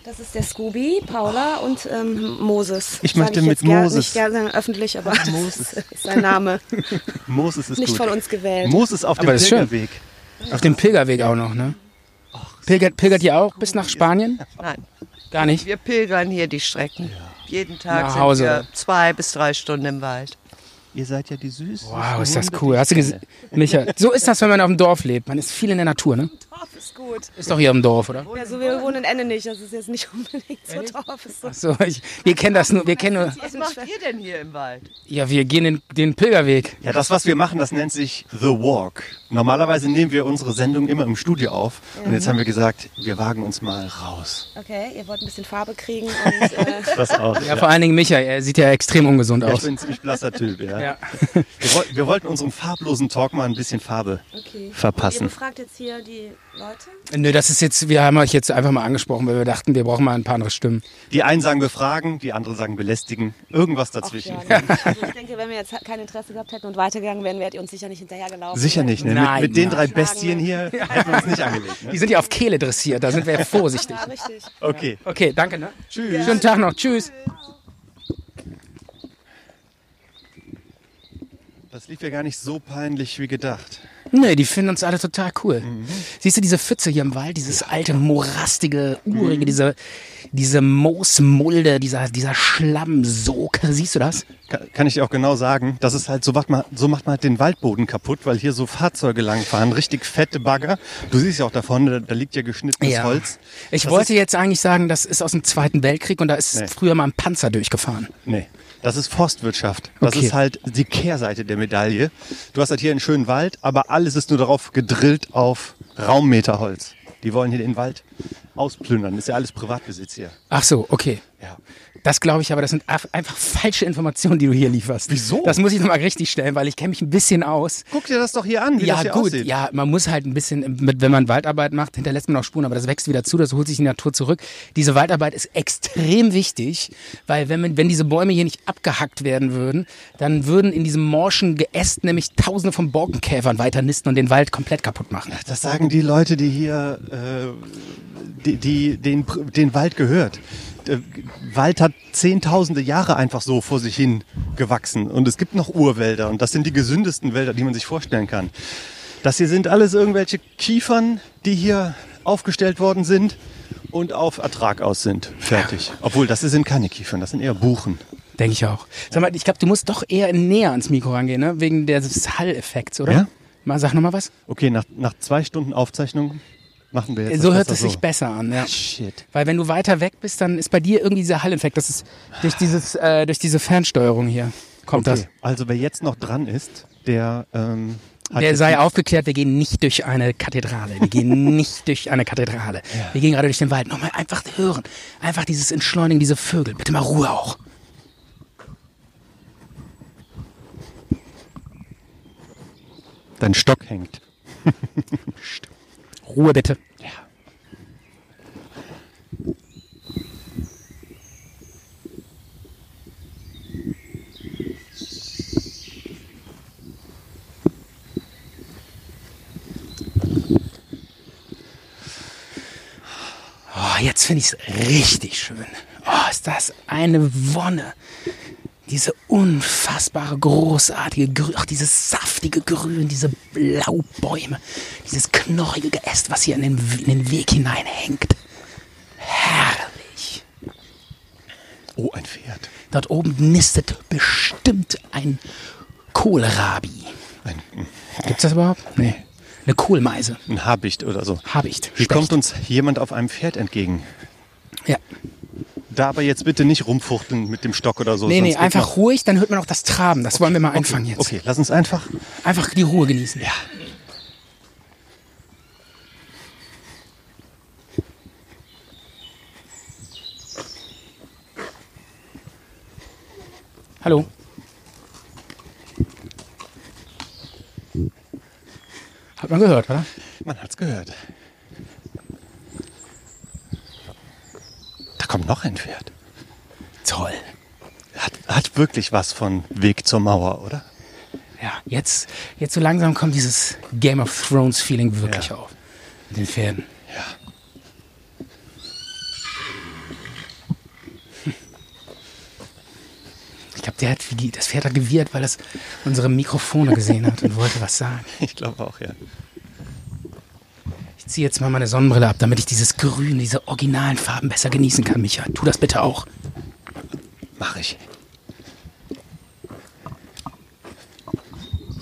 [SPEAKER 5] Das ist der Scooby, Paula und ähm, Moses.
[SPEAKER 3] Ich
[SPEAKER 5] Sag
[SPEAKER 3] möchte
[SPEAKER 5] jetzt
[SPEAKER 3] mit
[SPEAKER 5] ger-
[SPEAKER 3] Moses.
[SPEAKER 5] Nicht gerne öffentlich, aber Moses ist sein Name.
[SPEAKER 3] Moses ist
[SPEAKER 5] Nicht
[SPEAKER 3] gut.
[SPEAKER 5] von uns gewählt.
[SPEAKER 3] Moses auf dem
[SPEAKER 2] Aber das ist schön.
[SPEAKER 3] Pilgerweg.
[SPEAKER 2] Auf dem Pilgerweg auch noch, ne? Pilgert, pilgert ihr auch bis nach Spanien?
[SPEAKER 4] Nein,
[SPEAKER 2] Gar nicht.
[SPEAKER 4] wir pilgern hier die Strecken. Jeden Tag
[SPEAKER 2] Nach
[SPEAKER 4] sind
[SPEAKER 2] Hause.
[SPEAKER 4] wir zwei bis drei Stunden im Wald.
[SPEAKER 3] Ihr seid ja die süßen.
[SPEAKER 2] Wow, ist das cool. Hast du gesehen? Micha, so ist das, wenn man auf dem Dorf lebt. Man ist viel in der Natur, ne?
[SPEAKER 5] Dorf ist gut.
[SPEAKER 2] Ist doch hier im Dorf, oder?
[SPEAKER 5] Ja, so Also wir wohnen in Ende nicht, das ist jetzt nicht unbedingt so Dorf. Ist so.
[SPEAKER 2] So, ich, wir kennen das nur. Wir kennen nur.
[SPEAKER 4] Was macht ihr denn hier im Wald?
[SPEAKER 2] Ja, wir gehen den, den Pilgerweg.
[SPEAKER 3] Ja, das, was wir machen, das nennt sich The Walk. Normalerweise nehmen wir unsere Sendung immer im Studio auf. Und jetzt haben wir gesagt, wir wagen uns mal raus.
[SPEAKER 5] Okay, ihr wollt ein bisschen Farbe kriegen und äh,
[SPEAKER 3] Das auch.
[SPEAKER 2] Ja, vor allen Dingen Micha, er sieht ja extrem ungesund
[SPEAKER 3] Ja, ich
[SPEAKER 2] aus.
[SPEAKER 3] bin ein ziemlich blasser Typ, ja.
[SPEAKER 2] Ja.
[SPEAKER 3] Wir, woll- wir wollten unserem farblosen Talk mal ein bisschen Farbe
[SPEAKER 5] okay. Ihr
[SPEAKER 3] verpassen.
[SPEAKER 5] befragt jetzt hier die Leute.
[SPEAKER 2] Nö, das ist jetzt, wir haben euch jetzt einfach mal angesprochen, weil wir dachten, wir brauchen mal ein paar andere Stimmen.
[SPEAKER 3] Die einen sagen befragen, die anderen sagen belästigen. Irgendwas dazwischen.
[SPEAKER 5] Ja, nee. also ich denke, wenn wir jetzt kein Interesse gehabt hätten und weitergegangen wären, wärt ihr uns sicher nicht hinterhergelaufen.
[SPEAKER 3] Sicher nicht, ne?
[SPEAKER 2] Nein,
[SPEAKER 3] mit, mit den
[SPEAKER 2] nein.
[SPEAKER 3] drei Bestien hier hätten wir uns nicht angelegt.
[SPEAKER 2] Die
[SPEAKER 3] Ne?
[SPEAKER 2] sind ja auf Kehle dressiert, da sind wir ja vorsichtig.
[SPEAKER 5] Ja, richtig.
[SPEAKER 3] Okay.
[SPEAKER 2] Okay, danke, ne?
[SPEAKER 3] Tschüss.
[SPEAKER 2] Schönen Tag noch, tschüss.
[SPEAKER 3] Das lief ja gar nicht so peinlich wie gedacht.
[SPEAKER 2] Nee, Ne, die finden uns alle total cool. Siehst du diese Pfütze hier im Wald, dieses alte, morastige, urige,
[SPEAKER 3] Mhm.
[SPEAKER 2] diese, diese Moosmulde, dieser, dieser Schlammsog, siehst du das?
[SPEAKER 3] Kann, kann ich dir auch genau sagen, das ist halt, so macht, man, so macht man halt den Waldboden kaputt, weil hier so Fahrzeuge langfahren, richtig fette Bagger. Du siehst ja auch davon, da, da liegt ja geschnittenes Holz.
[SPEAKER 2] Ich
[SPEAKER 3] Das
[SPEAKER 2] wollte
[SPEAKER 3] ist,
[SPEAKER 2] jetzt eigentlich sagen, das ist aus dem Zweiten Weltkrieg und da ist
[SPEAKER 3] Nee.
[SPEAKER 2] früher mal ein Panzer durchgefahren.
[SPEAKER 3] Nee, das ist Forstwirtschaft. Das
[SPEAKER 2] Okay.
[SPEAKER 3] ist halt die Kehrseite der Medaille. Du hast halt hier einen schönen Wald, aber alles ist nur darauf gedrillt auf Raummeterholz. Die wollen hier den Wald ausplündern. Ist ja alles Privatbesitz hier.
[SPEAKER 2] Ach so, okay.
[SPEAKER 3] Ja.
[SPEAKER 2] Das glaube ich aber, das sind af- einfach falsche Informationen, die du hier lieferst.
[SPEAKER 3] Wieso?
[SPEAKER 2] Das muss ich nochmal richtig stellen, weil ich kenne mich ein bisschen aus.
[SPEAKER 3] Guck dir das doch hier an, wie das
[SPEAKER 2] ja,
[SPEAKER 3] hier
[SPEAKER 2] gut,
[SPEAKER 3] aussieht.
[SPEAKER 2] ja, man muss halt ein bisschen, mit, wenn man Waldarbeit macht, hinterlässt man auch Spuren, aber das wächst wieder zu, das holt sich die Natur zurück. Diese Waldarbeit ist extrem wichtig, weil wenn, man, wenn diese Bäume hier nicht abgehackt werden würden, dann würden in diesem morschen Geäst nämlich tausende von Borkenkäfern weiter nisten und den Wald komplett kaputt machen.
[SPEAKER 3] Das sagen die Leute, die hier äh, die, die, den, Pr- den Wald gehört. Der Wald hat zehntausende Jahre einfach so vor sich hin gewachsen. Und es gibt noch Urwälder und das sind die gesündesten Wälder, die man sich vorstellen kann. Das hier sind alles irgendwelche Kiefern, die hier aufgestellt worden sind und auf Ertrag aus sind. Fertig. Obwohl, das hier sind keine Kiefern, das sind eher Buchen.
[SPEAKER 2] Denke ich auch. Sag mal, ich glaube, du musst doch eher näher ans Mikro rangehen, ne? wegen des Hall-Effekts, oder?
[SPEAKER 3] Ja.
[SPEAKER 2] Mal, sag nochmal was.
[SPEAKER 3] Okay, nach, nach zwei Stunden Aufzeichnung machen wir jetzt
[SPEAKER 2] so
[SPEAKER 3] das
[SPEAKER 2] hört
[SPEAKER 3] besser
[SPEAKER 2] es sich besser an. Ja.
[SPEAKER 3] Shit.
[SPEAKER 2] Weil wenn du weiter weg bist, dann ist bei dir irgendwie dieser Hall-Effekt. Das ist durch, dieses, äh, durch diese Fernsteuerung hier kommt
[SPEAKER 3] Okay. Also wer jetzt noch dran ist, der ähm,
[SPEAKER 2] das.
[SPEAKER 3] hat
[SPEAKER 2] Der
[SPEAKER 3] jetzt
[SPEAKER 2] sei aufgeklärt, wir gehen nicht durch eine Kathedrale. Wir gehen nicht durch eine Kathedrale. Wir gehen gerade durch den Wald. Nochmal einfach hören. Einfach dieses Entschleunigen, diese Vögel. Bitte mal Ruhe auch.
[SPEAKER 3] dein Stock hängt.
[SPEAKER 2] Ruhe bitte. Oh, jetzt finde ich es richtig schön. Oh, ist das eine Wonne. Diese unfassbare, großartige, Grün, auch dieses saftige Grün, diese Blaubäume, dieses knorrige Geäst, was hier in den, in den Weg hineinhängt. Herrlich.
[SPEAKER 3] Oh, ein Pferd.
[SPEAKER 1] Dort oben nistet bestimmt ein Kohlrabi.
[SPEAKER 2] Gibt's das überhaupt? Nee.
[SPEAKER 1] Eine Kohlmeise.
[SPEAKER 3] Ein Habicht oder so.
[SPEAKER 2] Habicht.
[SPEAKER 3] Hier
[SPEAKER 2] Specht.
[SPEAKER 3] kommt uns jemand auf einem Pferd entgegen.
[SPEAKER 2] Ja.
[SPEAKER 3] Da aber jetzt bitte nicht rumfuchteln mit dem Stock oder so.
[SPEAKER 2] Nee,
[SPEAKER 3] Oh, sonst
[SPEAKER 2] nee,
[SPEAKER 3] geht's
[SPEAKER 2] einfach
[SPEAKER 3] noch.
[SPEAKER 2] ruhig, dann hört man auch das Traben. Das wollen wir mal einfangen jetzt.
[SPEAKER 3] Okay, lass uns einfach.
[SPEAKER 2] Einfach die Ruhe genießen. Ja. Hallo. Hat man gehört, oder?
[SPEAKER 3] Man hat's gehört. Da kommt noch ein Pferd.
[SPEAKER 2] Toll.
[SPEAKER 3] Hat, hat wirklich was von Weg zur Mauer, oder?
[SPEAKER 2] Ja, jetzt, jetzt so langsam kommt dieses Game of Thrones Feeling wirklich auf. Mit den Pferden. Hm. Ich glaube, der hat wie die, das Pferd hat gewirrt, weil das unsere Mikrofone gesehen hat und wollte was sagen.
[SPEAKER 3] Ich glaube auch, ja.
[SPEAKER 2] Ich ziehe jetzt mal meine Sonnenbrille ab, damit ich dieses Grün, diese originalen Farben besser genießen kann, Micha. Tu das bitte auch.
[SPEAKER 3] Mach ich.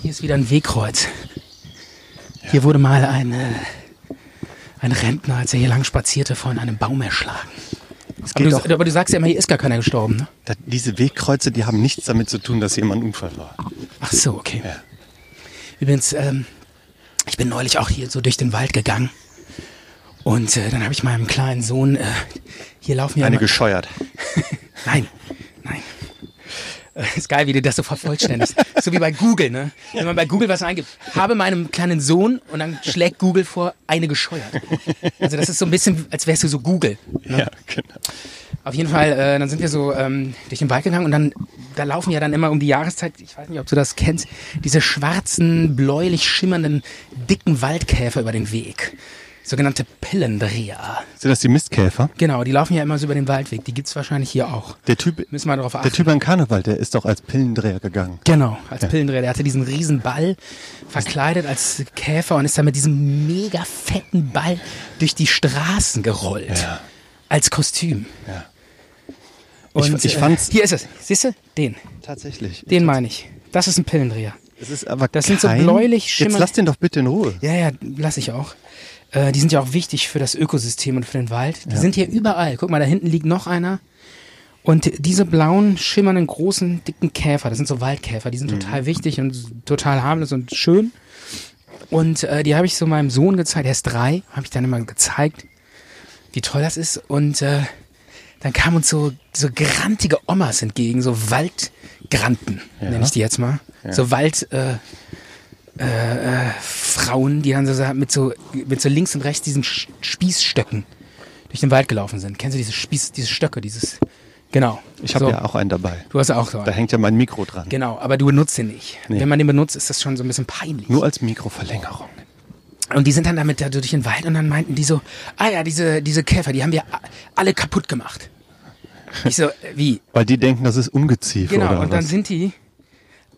[SPEAKER 2] Hier ist wieder ein Wegkreuz. Hier wurde mal ein, äh, ein Rentner, als er hier lang spazierte, von einem Baum erschlagen. Aber
[SPEAKER 3] geht
[SPEAKER 2] du, aber du sagst ja immer, hier ist gar keiner gestorben, ne?
[SPEAKER 3] Da, diese Wegkreuze, die haben nichts damit zu tun, dass jemand ein Unfall war.
[SPEAKER 2] Ach so, okay.
[SPEAKER 3] Ja.
[SPEAKER 2] Übrigens, ähm, ich bin neulich auch hier so durch den Wald gegangen. Und äh, dann habe ich meinem kleinen Sohn, äh, hier laufen ja
[SPEAKER 3] Eine
[SPEAKER 2] immer-
[SPEAKER 3] gescheuert.
[SPEAKER 2] Nein, nein. Äh, Ist geil, wie du das so vervollständigst. so wie bei Google, ne? Wenn man bei Google was eingibt, habe meinem kleinen Sohn und dann schlägt Google vor, eine gescheuert. Also das ist so ein bisschen, als wärst du so Google.
[SPEAKER 3] Ja, genau.
[SPEAKER 2] Auf jeden Fall, äh, dann sind wir so ähm, durch den Wald gegangen und dann, da laufen ja dann immer um die Jahreszeit, ich weiß nicht, ob du das kennst, diese schwarzen, bläulich schimmernden, dicken Waldkäfer über den Weg. Sogenannte Pillendreher.
[SPEAKER 3] Sind das die Mistkäfer?
[SPEAKER 2] Genau, die laufen ja immer so über den Waldweg. Die gibt's wahrscheinlich hier auch.
[SPEAKER 3] Der Typ,
[SPEAKER 2] Müssen wir darauf achten.
[SPEAKER 3] der typ an Karneval, der ist doch als Pillendreher gegangen.
[SPEAKER 2] Genau, als Pillendreher. Der hatte diesen riesen Ball verkleidet als Käfer und ist dann mit diesem mega fetten Ball durch die Straßen gerollt.
[SPEAKER 3] Ja.
[SPEAKER 2] Als Kostüm.
[SPEAKER 3] Ja. Ich-
[SPEAKER 2] Und,
[SPEAKER 3] ich fand's-
[SPEAKER 2] Äh, hier ist es. Siehst du? Den.
[SPEAKER 3] Tatsächlich.
[SPEAKER 2] Den meine ich. Das ist ein Pillendreher.
[SPEAKER 3] Es ist aber
[SPEAKER 2] Das sind so
[SPEAKER 3] kein-
[SPEAKER 2] bläulich
[SPEAKER 3] Jetzt
[SPEAKER 2] schimmernd-
[SPEAKER 3] lass den doch bitte in Ruhe.
[SPEAKER 2] Ja, ja, lass ich auch. Äh, die sind ja auch wichtig für das Ökosystem und für den Wald. Die sind hier überall. Guck mal, da hinten liegt noch einer. Und diese blauen, schimmernden, großen, dicken Käfer, das sind so Waldkäfer, die sind
[SPEAKER 3] Mhm.
[SPEAKER 2] total wichtig und total harmlos und schön. Und äh, die habe ich so meinem Sohn gezeigt, der ist drei, habe ich dann immer gezeigt, wie toll das ist. Und äh, dann kamen uns so, so grantige Omas entgegen, so Waldgranten, nenne ich die jetzt mal. So Wald... Äh, Frauen, die dann so sa- mit so, mit so links und rechts diesen Sch- Spießstöcken durch den Wald gelaufen sind. Kennst du diese Spieß, diese Stöcke, dieses, genau.
[SPEAKER 3] Ich habe
[SPEAKER 2] so.
[SPEAKER 3] ja auch einen dabei.
[SPEAKER 2] Du hast auch so.
[SPEAKER 3] Da
[SPEAKER 2] einen.
[SPEAKER 3] hängt ja mein Mikro dran.
[SPEAKER 2] Genau, aber du benutzt den nicht.
[SPEAKER 3] Nee.
[SPEAKER 2] Wenn man den benutzt, ist das schon so ein bisschen peinlich.
[SPEAKER 3] Nur als Mikroverlängerung.
[SPEAKER 2] Und die sind dann damit da durch den Wald und dann meinten die so, ah ja, diese, diese Käfer, die haben wir a- alle kaputt gemacht. Ich so, äh, wie?
[SPEAKER 3] Weil die denken, das ist ungeziefer
[SPEAKER 2] Genau,
[SPEAKER 3] oder
[SPEAKER 2] und dann
[SPEAKER 3] was?
[SPEAKER 2] sind die,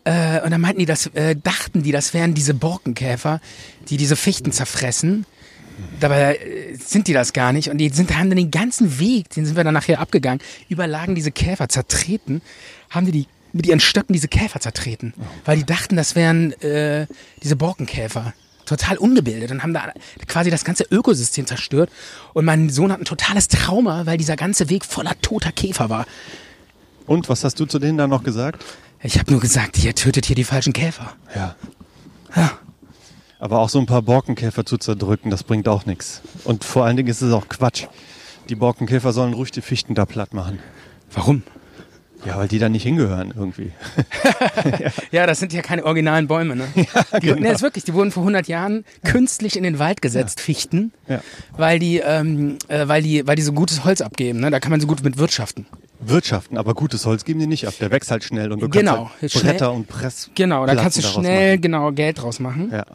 [SPEAKER 2] äh, und dann meinten die, das, äh, dachten die, das wären diese Borkenkäfer, die diese Fichten zerfressen. Dabei äh, sind die das gar nicht. Und die sind, haben dann den ganzen Weg, den sind wir dann nachher abgegangen, überlagen diese Käfer zertreten, haben die, die mit ihren Stöcken diese Käfer zertreten. Weil die dachten, das wären äh, diese Borkenkäfer. Total ungebildet und haben da quasi das ganze Ökosystem zerstört. Und mein Sohn hat ein totales Trauma, weil dieser ganze Weg voller toter Käfer war.
[SPEAKER 3] und was hast du zu denen da noch gesagt?
[SPEAKER 2] Ich habe nur gesagt, ihr tötet hier die falschen Käfer.
[SPEAKER 3] Ja. Aber auch so ein paar Borkenkäfer zu zerdrücken, das bringt auch nichts. Und vor allen Dingen ist es auch Quatsch. Die Borkenkäfer sollen ruhig die Fichten da platt machen.
[SPEAKER 2] Warum?
[SPEAKER 3] Ja, weil die da nicht hingehören irgendwie.
[SPEAKER 2] Ja, das sind ja keine originalen Bäume, ne? Ja, die,
[SPEAKER 3] Genau.
[SPEAKER 2] ne, ist wirklich, die wurden vor 100 Jahren künstlich in den Wald gesetzt, Fichten,
[SPEAKER 3] Ja.
[SPEAKER 2] weil die, ähm, äh, weil die, weil die so gutes Holz abgeben, ne? Da kann man so gut mit wirtschaften.
[SPEAKER 3] Wirtschaften, aber gutes Holz geben die nicht ab. Der wächst halt schnell und du
[SPEAKER 2] Genau,
[SPEAKER 3] kannst halt
[SPEAKER 2] jetzt schnell-
[SPEAKER 3] Bretter und Press.
[SPEAKER 2] Genau, da kannst du
[SPEAKER 3] Platten daraus
[SPEAKER 2] schnell genau Geld draus machen.
[SPEAKER 3] Machen. Ja.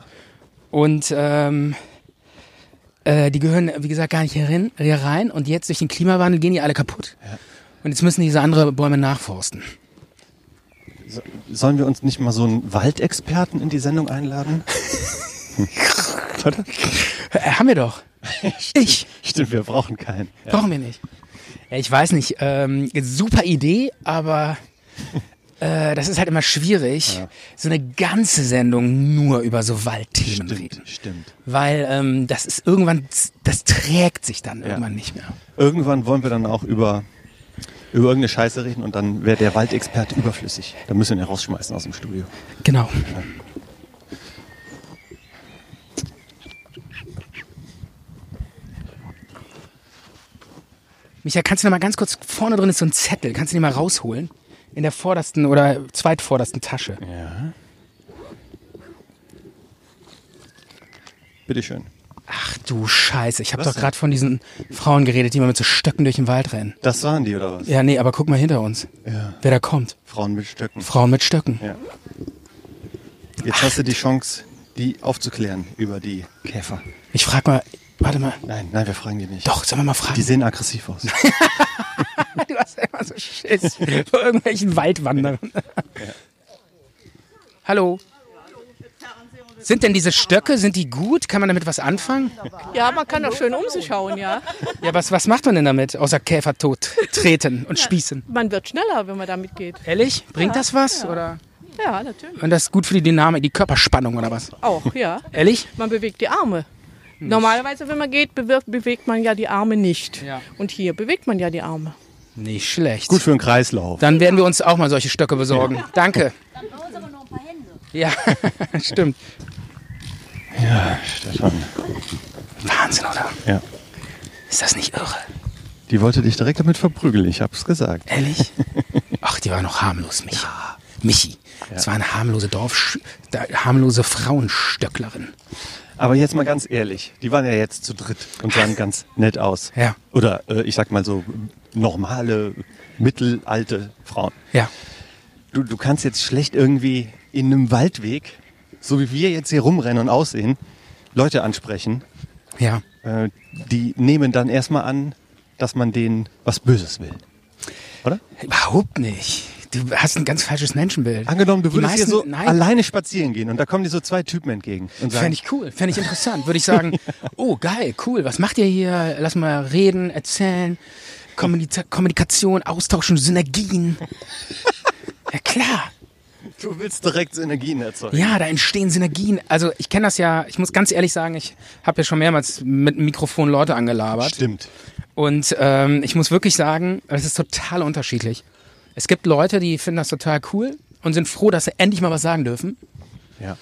[SPEAKER 2] Und ähm, äh, die gehören, wie gesagt, gar nicht hier, rein, hier rein. Und jetzt durch den Klimawandel gehen die alle kaputt. Und jetzt müssen diese andere Bäume nachforsten.
[SPEAKER 3] Sollen wir uns nicht mal so einen Waldexperten in die Sendung einladen?
[SPEAKER 2] Äh, haben wir doch. ich.
[SPEAKER 3] Stimmt, wir brauchen keinen. Ja.
[SPEAKER 2] Brauchen wir nicht. Ja, ich weiß nicht. Ähm, super Idee, aber äh, das ist halt immer schwierig, so eine ganze Sendung nur über so Waldthemen reden.
[SPEAKER 3] Stimmt, stimmt.
[SPEAKER 2] Weil ähm, das ist irgendwann, das trägt sich dann irgendwann nicht mehr.
[SPEAKER 3] Irgendwann wollen wir dann auch über, über irgendeine Scheiße reden und dann wäre der Waldexperte überflüssig. Dann müssen wir ihn rausschmeißen aus dem Studio.
[SPEAKER 2] Genau. Micha, kannst du noch mal ganz kurz, vorne drin ist so ein Zettel, kannst du den mal rausholen? In der vordersten oder zweitvordersten Tasche.
[SPEAKER 3] Ja. Bitteschön.
[SPEAKER 2] Ach du Scheiße, ich habe
[SPEAKER 3] Was
[SPEAKER 2] doch
[SPEAKER 3] denn?
[SPEAKER 2] gerade von diesen Frauen geredet, die mal mit so Stöcken durch den Wald rennen.
[SPEAKER 3] Das waren die, oder was?
[SPEAKER 2] Ja, nee, aber guck mal hinter uns,
[SPEAKER 3] Ja.
[SPEAKER 2] wer da kommt.
[SPEAKER 3] Frauen mit Stöcken.
[SPEAKER 2] Frauen mit Stöcken.
[SPEAKER 3] Ja. Jetzt hast du die Chance, die aufzuklären über die Käfer.
[SPEAKER 2] Ich frag mal, warte mal,
[SPEAKER 3] Nein, nein, wir fragen die nicht.
[SPEAKER 2] doch, sollen wir mal fragen?
[SPEAKER 3] Die sehen aggressiv aus.
[SPEAKER 2] Du hast immer so Schiss vor irgendwelchen Waldwanderern. Hallo. Sind denn diese Stöcke, sind die gut? Kann man damit was anfangen?
[SPEAKER 6] Ja, man kann doch schön um sich schauen, ja.
[SPEAKER 2] Ja, was, was macht man denn damit, außer Käfer tot treten und spießen?
[SPEAKER 6] Man wird schneller, wenn man damit geht.
[SPEAKER 2] Ehrlich? Bringt das was? Oder?
[SPEAKER 6] Ja, natürlich.
[SPEAKER 2] Und das ist gut für die Dynamik, die Körperspannung oder was?
[SPEAKER 6] Auch, ja.
[SPEAKER 2] Ehrlich?
[SPEAKER 6] Man bewegt die Arme. Normalerweise, wenn man geht, bewirkt, bewegt man ja die Arme nicht.
[SPEAKER 2] Ja.
[SPEAKER 6] Und hier bewegt man ja die Arme.
[SPEAKER 2] Nicht schlecht.
[SPEAKER 3] Gut für einen Kreislauf.
[SPEAKER 2] Dann werden wir uns auch mal solche Stöcke besorgen. Danke. Dann brauchen wir noch ein paar Hände. Ja, stimmt.
[SPEAKER 3] Stefan.
[SPEAKER 2] Wahnsinn, oder?
[SPEAKER 3] Ja.
[SPEAKER 2] Ist das nicht irre?
[SPEAKER 3] Die wollte dich direkt damit verprügeln, ich hab's gesagt.
[SPEAKER 2] Ehrlich? Ach, die war noch harmlos, Michi. Michi. Das war eine harmlose Dorf, da- harmlose Frauenstöcklerin.
[SPEAKER 3] Aber jetzt mal ganz ehrlich, die waren ja jetzt zu dritt und sahen ganz nett aus.
[SPEAKER 2] Ja.
[SPEAKER 3] Oder äh, ich sag mal so normale, mittelalte Frauen.
[SPEAKER 2] Ja.
[SPEAKER 3] Du, du kannst jetzt schlecht irgendwie in einem Waldweg, so wie wir jetzt hier rumrennen und aussehen, Leute ansprechen.
[SPEAKER 2] Ja.
[SPEAKER 3] Äh, die nehmen dann erstmal an, dass man denen was Böses will. Oder?
[SPEAKER 2] Überhaupt nicht. Du hast ein ganz falsches Menschenbild.
[SPEAKER 3] Angenommen, du
[SPEAKER 2] Die
[SPEAKER 3] würdest
[SPEAKER 2] meisten-
[SPEAKER 3] hier so
[SPEAKER 2] Nein,
[SPEAKER 3] alleine spazieren gehen und da kommen dir so zwei Typen entgegen und sagen,
[SPEAKER 2] Fände ich cool, fände ich interessant. Würde ich sagen, oh geil, cool, was macht ihr hier? Lass mal reden, erzählen, Kommunika Kommunikation, austauschen, Synergien. Ja klar,
[SPEAKER 3] du willst direkt Synergien erzeugen.
[SPEAKER 2] Ja, da entstehen Synergien. Also ich kenne das ja, ich muss ganz ehrlich sagen, ich habe ja schon mehrmals mit dem Mikrofon Leute angelabert.
[SPEAKER 3] Stimmt.
[SPEAKER 2] Und ähm, ich muss wirklich sagen, es ist total unterschiedlich. Es gibt Leute, die finden das total cool und sind froh, dass sie endlich mal was sagen dürfen.
[SPEAKER 3] Ja.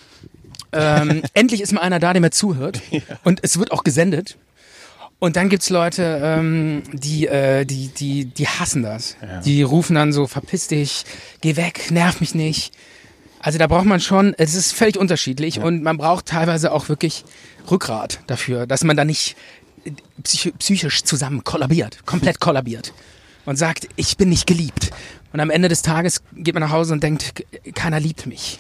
[SPEAKER 2] Ähm, endlich ist mal einer da, der mir zuhört. Und es wird auch gesendet. Und dann gibt's Leute, ähm, die, äh, die, die, die hassen das. Die rufen dann so, verpiss dich, geh weg, nerv mich nicht. Also da braucht man schon, es ist völlig unterschiedlich und man braucht teilweise auch wirklich Rückgrat dafür, dass man da nicht äh, psych psychisch zusammen kollabiert, komplett kollabiert und sagt, ich bin nicht geliebt. Und am Ende des Tages geht man nach Hause und denkt, "K- keiner liebt mich.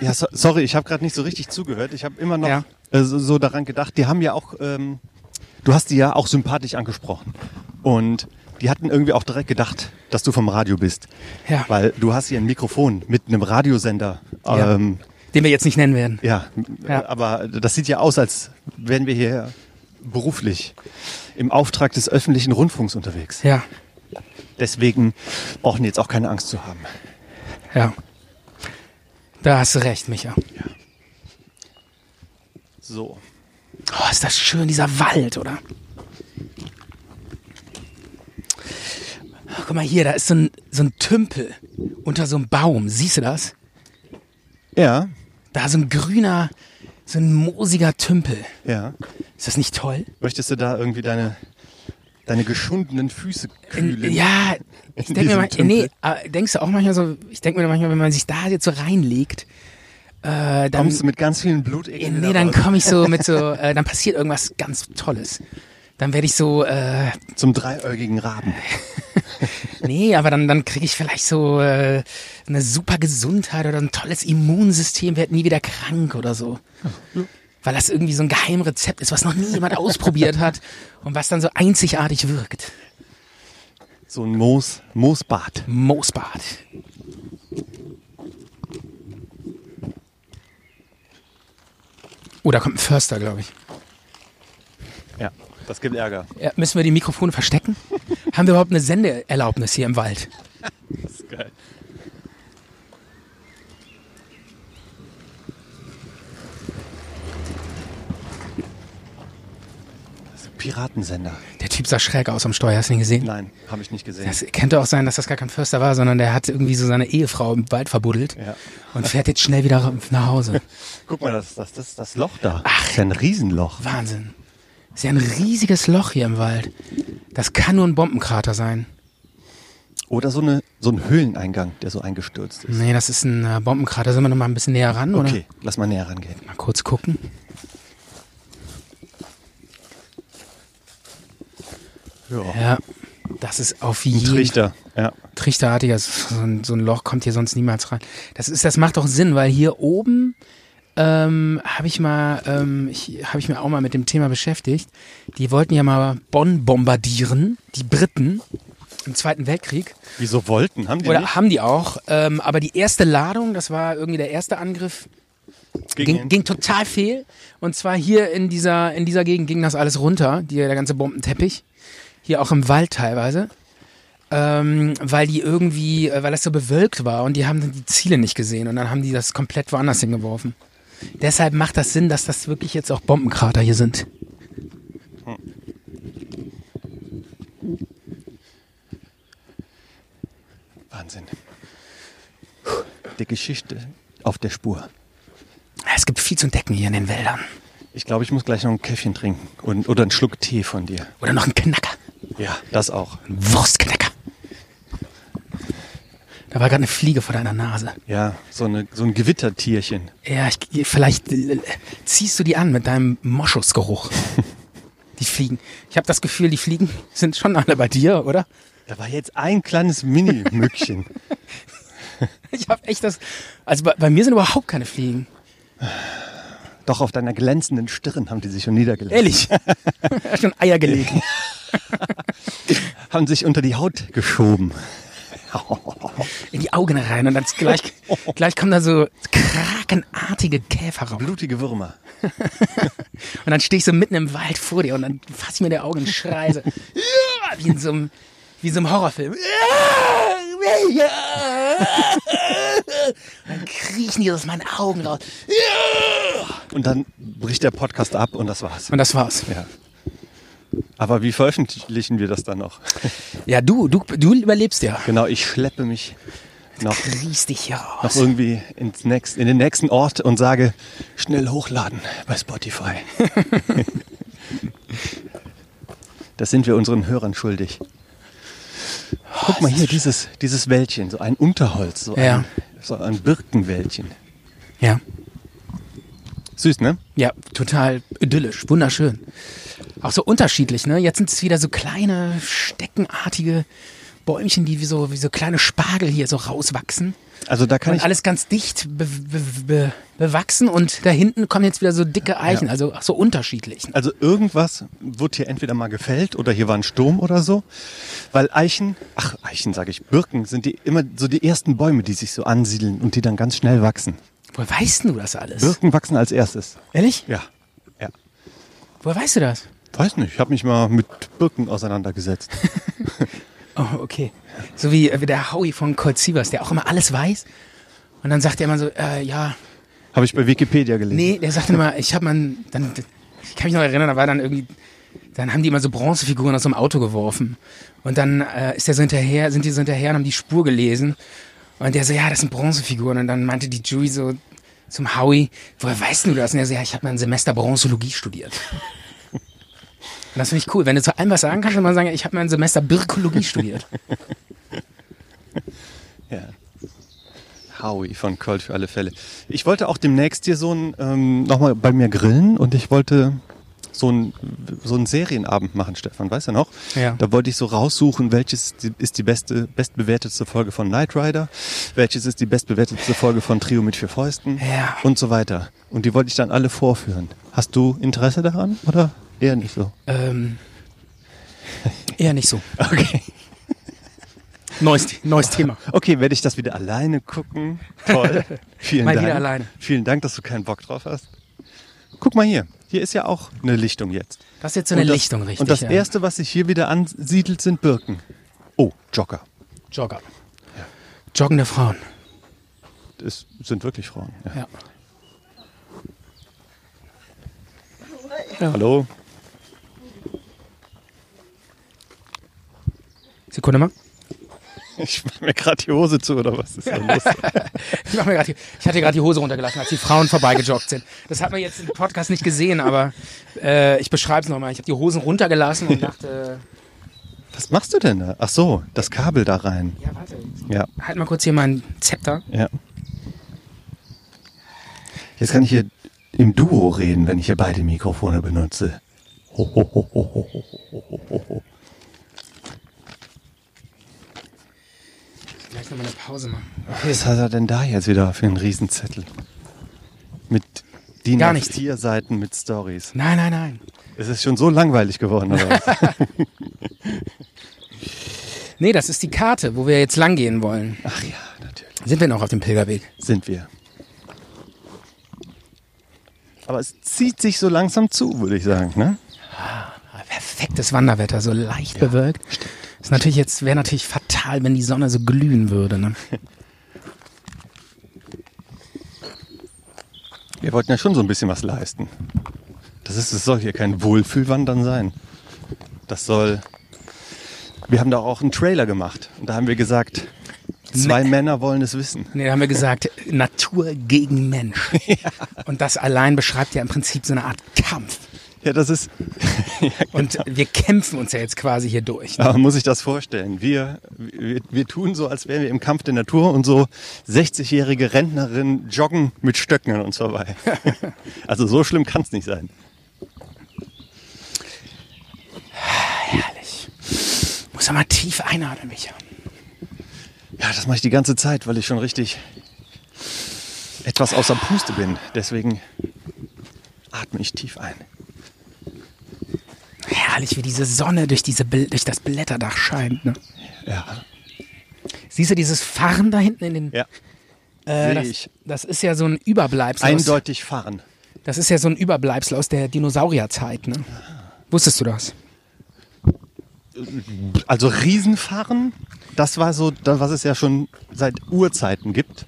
[SPEAKER 3] Ja, so, sorry, ich habe gerade nicht so richtig zugehört. Ich habe immer noch
[SPEAKER 2] Ja.
[SPEAKER 3] äh, so, so daran gedacht. Die haben ja auch, ähm, du hast die ja auch sympathisch angesprochen und die hatten irgendwie auch direkt gedacht, dass du vom Radio bist,
[SPEAKER 2] Ja.
[SPEAKER 3] weil du hast hier ein Mikrofon mit einem Radiosender.
[SPEAKER 2] Ja.
[SPEAKER 3] Ähm,
[SPEAKER 2] Den wir jetzt nicht nennen werden.
[SPEAKER 3] ja.
[SPEAKER 2] Ja.
[SPEAKER 3] aber das sieht ja aus, als wären wir hier beruflich im Auftrag des öffentlichen Rundfunks unterwegs.
[SPEAKER 2] Ja,
[SPEAKER 3] Deswegen brauchen die jetzt auch keine Angst zu haben.
[SPEAKER 2] ja. Da hast du recht, Micha.
[SPEAKER 3] So.
[SPEAKER 2] Oh, ist das schön, dieser Wald, oder? Oh, guck mal hier, da ist so ein, so ein Tümpel unter so einem Baum. Siehst du das?
[SPEAKER 3] Ja,
[SPEAKER 2] Da so ein grüner, so ein moosiger Tümpel.
[SPEAKER 3] ja.
[SPEAKER 2] Ist das nicht toll?
[SPEAKER 3] Möchtest du da irgendwie deine, deine geschundenen Füße kühlen?
[SPEAKER 2] Ja, ich denke
[SPEAKER 3] In
[SPEAKER 2] mir
[SPEAKER 3] diesem
[SPEAKER 2] mal,
[SPEAKER 3] Tümpel.
[SPEAKER 2] nee, aber denkst du auch manchmal so, ich denke mir manchmal, wenn man sich da jetzt so reinlegt, äh, dann,
[SPEAKER 3] Kommst du mit ganz vielen
[SPEAKER 2] Ja,
[SPEAKER 3] Blutegeln?
[SPEAKER 2] nee,
[SPEAKER 3] wieder
[SPEAKER 2] dann
[SPEAKER 3] raus?
[SPEAKER 2] komme ich so mit so, äh, dann passiert irgendwas ganz Tolles. Dann werde ich so, äh,
[SPEAKER 3] Zum dreiäugigen Raben.
[SPEAKER 2] nee, aber dann, dann kriege ich vielleicht so äh, eine super Gesundheit oder ein tolles Immunsystem, werde nie wieder krank oder so. Weil das irgendwie so ein Geheimrezept ist, was noch nie jemand ausprobiert hat und was dann so einzigartig wirkt.
[SPEAKER 3] So ein Moos, Moosbad.
[SPEAKER 2] Moosbad. Oh, da kommt ein Förster, glaube ich.
[SPEAKER 3] Ja. Das gibt Ärger.
[SPEAKER 2] Ja, müssen wir die Mikrofone verstecken? Haben wir überhaupt eine Sendeerlaubnis hier im Wald?
[SPEAKER 3] Das ist geil. Das ist ein Piratensender.
[SPEAKER 2] Der Typ sah schräg aus am Steuer, hast du ihn gesehen?
[SPEAKER 3] Nein, habe ich nicht gesehen.
[SPEAKER 2] Das könnte auch sein, dass das gar kein Förster war, sondern der hat irgendwie so seine Ehefrau im Wald verbuddelt
[SPEAKER 3] Ja.
[SPEAKER 2] und fährt jetzt schnell wieder nach Hause.
[SPEAKER 3] Guck mal, das, das, das, das Loch da. Ach. Das ist ja ein Riesenloch.
[SPEAKER 2] Wahnsinn. Ist ja ein riesiges Loch hier im Wald. Das kann nur ein Bombenkrater sein.
[SPEAKER 3] Oder so, eine, so ein Höhleneingang, der so eingestürzt ist.
[SPEAKER 2] Nee, das ist ein äh, Bombenkrater. Sind wir noch mal ein bisschen näher ran, oder?
[SPEAKER 3] Okay, lass mal näher rangehen.
[SPEAKER 2] Mal kurz gucken. Ja, das ist auf
[SPEAKER 3] Ein
[SPEAKER 2] jeden
[SPEAKER 3] Trichter. Ja.
[SPEAKER 2] trichterartiger. So ein, so ein Loch kommt hier sonst niemals rein. Das ist, das macht doch Sinn, weil hier oben ähm, habe ich mal, ähm, ich, habe ich mir auch mal mit dem Thema beschäftigt. Die wollten ja mal Bonn bombardieren, die Briten im Zweiten Weltkrieg.
[SPEAKER 3] Wieso wollten? Haben die
[SPEAKER 2] Oder
[SPEAKER 3] nicht?
[SPEAKER 2] haben die auch. Ähm, aber die erste Ladung, das war irgendwie der erste Angriff, ging,
[SPEAKER 3] den-
[SPEAKER 2] ging total fehl. Und zwar hier in dieser, in dieser Gegend ging das alles runter, die, der ganze Bombenteppich. Hier auch im Wald teilweise. Ähm, weil die irgendwie, äh, weil das so bewölkt war und die haben dann die Ziele nicht gesehen und dann haben die das komplett woanders hingeworfen. Deshalb macht das Sinn, dass das wirklich jetzt auch Bombenkrater hier sind.
[SPEAKER 3] Wahnsinn. Die Geschichte auf der Spur.
[SPEAKER 2] Es gibt viel zu entdecken hier in den Wäldern.
[SPEAKER 3] Ich glaube, ich muss gleich noch ein Käffchen trinken und, oder einen Schluck Tee von dir.
[SPEAKER 2] Oder noch ein Knacker.
[SPEAKER 3] Ja, das auch.
[SPEAKER 2] Ein Wurstknacker. Da war gerade eine Fliege vor deiner Nase.
[SPEAKER 3] Ja, so, eine, so ein Gewittertierchen.
[SPEAKER 2] Ja, ich, vielleicht äh, ziehst du die an mit deinem Moschusgeruch. die Fliegen. Ich habe das Gefühl, die Fliegen sind schon alle bei dir, oder?
[SPEAKER 3] Da war jetzt ein kleines Mini-Mückchen.
[SPEAKER 2] Ich habe echt das. Also bei, bei mir sind überhaupt keine Fliegen.
[SPEAKER 3] Doch auf deiner glänzenden Stirn haben die sich schon niedergelegt.
[SPEAKER 2] Ehrlich. schon Eier gelegt.
[SPEAKER 3] Haben sich unter die Haut geschoben.
[SPEAKER 2] In die Augen rein und dann gleich, gleich kommen da so krakenartige Käfer raus.
[SPEAKER 3] Blutige Würmer.
[SPEAKER 2] Und dann stehe ich so mitten im Wald vor dir und dann fasse ich mir die Augen und schreie so, "Ja!" wie in so einem, wie in so einem Horrorfilm. "Ja! Ja!" Dann kriechen die aus meinen Augen raus. "Ja!"
[SPEAKER 3] Und dann bricht der Podcast ab und das war's.
[SPEAKER 2] Und das war's.
[SPEAKER 3] Ja. Aber wie veröffentlichen wir das dann noch?
[SPEAKER 2] Ja, du, du, du überlebst ja.
[SPEAKER 3] Genau, ich schleppe mich noch,
[SPEAKER 2] Kriechst dich hier
[SPEAKER 3] noch
[SPEAKER 2] raus.
[SPEAKER 3] irgendwie ins nächst, in den nächsten Ort und sage, schnell hochladen bei Spotify. das sind wir unseren Hörern schuldig.
[SPEAKER 2] Oh,
[SPEAKER 3] Guck mal hier, dieses, dieses Wäldchen, so ein Unterholz, so,
[SPEAKER 2] Ja.
[SPEAKER 3] ein, so ein Birkenwäldchen.
[SPEAKER 2] Ja.
[SPEAKER 3] Süß, ne?
[SPEAKER 2] Ja, total idyllisch, wunderschön. Auch so unterschiedlich, ne? Jetzt sind es wieder so kleine, steckenartige Bäumchen, die wie so, wie so kleine Spargel hier so rauswachsen.
[SPEAKER 3] Also da kann
[SPEAKER 2] Und
[SPEAKER 3] ich
[SPEAKER 2] alles ganz dicht be be be bewachsen und da hinten kommen jetzt wieder so dicke Eichen, also ach, so unterschiedlich.
[SPEAKER 3] Also irgendwas wird hier entweder mal gefällt oder hier war ein Sturm oder so. Weil Eichen, ach Eichen sage ich, Birken sind die immer so die ersten Bäume, die sich so ansiedeln und die dann ganz schnell wachsen.
[SPEAKER 2] Woher weißt denn du das alles?
[SPEAKER 3] Birken wachsen als erstes.
[SPEAKER 2] Ehrlich?
[SPEAKER 3] Ja. Ja.
[SPEAKER 2] Woher weißt du das?
[SPEAKER 3] Weiß nicht, ich habe mich mal mit Birken auseinandergesetzt.
[SPEAKER 2] Oh, okay. So wie, äh, wie der Howie von Colt Sievers, der auch immer alles weiß. Und dann sagt er immer so, äh, ja,
[SPEAKER 3] habe ich bei Wikipedia gelesen.
[SPEAKER 2] Nee, der sagt dann immer, ich habe mal, einen- dann, ich kann mich noch erinnern, da war dann irgendwie, dann haben die immer so Bronzefiguren aus so einem Auto geworfen. Und dann äh, ist der so hinterher, sind die so hinterher und haben die Spur gelesen. Und der so, ja, das sind Bronzefiguren. Und dann meinte die Jury so zum Howie, woher weißt du das? Und er so, ja, ich habe mal ein Semester Bronzologie studiert. Und das finde ich cool. Wenn du zu allem was sagen kannst, kann man sagen, ich habe mal ein Semester Birkologie studiert.
[SPEAKER 3] Ja. Howie von Colt für alle Fälle. Ich wollte auch demnächst hier so ein, ähm, nochmal bei mir grillen und ich wollte so ein so einen Serienabend machen, Stefan, weißt du noch?
[SPEAKER 2] Ja.
[SPEAKER 3] Da wollte ich so raussuchen, welches die- ist die beste, bestbewertetste Folge von Knight Rider, welches ist die bestbewertetste Folge von Trio mit vier Fäusten
[SPEAKER 2] Ja.
[SPEAKER 3] und so weiter. Und die wollte ich dann alle vorführen. Hast du Interesse daran oder eher nicht so?
[SPEAKER 2] Ähm, eher nicht so. Okay. Neues, neues Thema.
[SPEAKER 3] Okay, werde ich das wieder alleine gucken. Toll. Vielen
[SPEAKER 2] Mal
[SPEAKER 3] Dank.
[SPEAKER 2] wieder alleine.
[SPEAKER 3] Vielen Dank, dass du keinen Bock drauf hast. Guck mal hier. Hier ist ja auch eine Lichtung jetzt.
[SPEAKER 2] Das ist jetzt so eine
[SPEAKER 3] und das,
[SPEAKER 2] Lichtung, richtig.
[SPEAKER 3] Und das
[SPEAKER 2] ja.
[SPEAKER 3] Erste, was sich hier wieder ansiedelt, sind Birken. Oh, Jogger.
[SPEAKER 2] Jogger. Joggende Frauen.
[SPEAKER 3] Es sind wirklich Frauen. Ja.
[SPEAKER 2] Ja.
[SPEAKER 3] Hallo?
[SPEAKER 2] Sekunde mal.
[SPEAKER 3] Ich mache mir gerade die Hose zu, oder was ist denn los?
[SPEAKER 2] Ich, mach mir grad die, ich hatte gerade die Hose runtergelassen, als die Frauen vorbeigejoggt sind. Das hat man jetzt im Podcast nicht gesehen, aber äh, ich beschreibe es nochmal. Ich habe die Hosen runtergelassen und dachte,
[SPEAKER 3] Was machst du denn da? Ach so, das Kabel da rein.
[SPEAKER 2] ja, warte.
[SPEAKER 3] Ja,
[SPEAKER 2] Halt mal kurz hier mein Zepter.
[SPEAKER 3] ja. Jetzt kann ich hier im Duo reden, wenn ich hier beide Mikrofone benutze. Ho, ho, ho, ho, ho, ho, ho, ho, ho, ho.
[SPEAKER 2] Vielleicht nochmal eine Pause machen.
[SPEAKER 3] Was hat er denn da jetzt wieder für einen Riesenzettel? Mit DIN
[SPEAKER 2] Gar nichts.
[SPEAKER 3] Vier Seiten mit Stories.
[SPEAKER 2] Nein, nein, nein.
[SPEAKER 3] Es ist schon so langweilig geworden. Oder was?
[SPEAKER 2] Nee, das ist die Karte, wo wir jetzt langgehen wollen.
[SPEAKER 3] Ach ja, natürlich.
[SPEAKER 2] Sind wir noch auf dem Pilgerweg?
[SPEAKER 3] Sind wir. Aber es zieht sich so langsam zu, würde ich sagen. Ne?
[SPEAKER 2] Ah, Perfektes Wanderwetter, so leicht bewölkt. Ist natürlich jetzt wäre natürlich fatal, wenn die Sonne so glühen würde. Ne?
[SPEAKER 3] Wir wollten ja schon so ein bisschen was leisten. Das, ist, das soll hier kein Wohlfühlwandern sein. Das soll. Wir haben da auch einen Trailer gemacht. Und da haben wir gesagt, zwei Männer wollen es wissen.
[SPEAKER 2] Nee, da haben wir gesagt, Natur gegen Mensch. Und das allein beschreibt ja im Prinzip so eine Art Kampf.
[SPEAKER 3] Ja, das ist.
[SPEAKER 2] Und wir kämpfen uns ja jetzt quasi hier durch.
[SPEAKER 3] Aber man muss sich das vorstellen. Wir, wir, wir tun so, als wären wir im Kampf der Natur und so 60-jährige Rentnerinnen joggen mit Stöcken an uns vorbei. also so schlimm kann es nicht sein.
[SPEAKER 2] Herrlich. Muss aber mal tief einatmen, Micha.
[SPEAKER 3] Ja, das mache ich die ganze Zeit, weil ich schon richtig etwas außer Puste bin. Deswegen atme ich tief ein.
[SPEAKER 2] Herrlich, wie diese Sonne durch, diese, Bl- durch das Blätterdach scheint. Ne?
[SPEAKER 3] Ja,
[SPEAKER 2] Siehst du dieses Fahren da hinten in den...
[SPEAKER 3] ja.
[SPEAKER 2] äh,
[SPEAKER 3] sehe
[SPEAKER 2] das,
[SPEAKER 3] ich.
[SPEAKER 2] das ist ja so ein Überbleibsel. aus-
[SPEAKER 3] eindeutig fahren.
[SPEAKER 2] Das ist ja so ein Überbleibsel aus der Dinosaurierzeit. Ne?
[SPEAKER 3] Ah.
[SPEAKER 2] Wusstest du das?
[SPEAKER 3] Also Riesenfahren, das war so, da- was es ja schon seit Urzeiten gibt.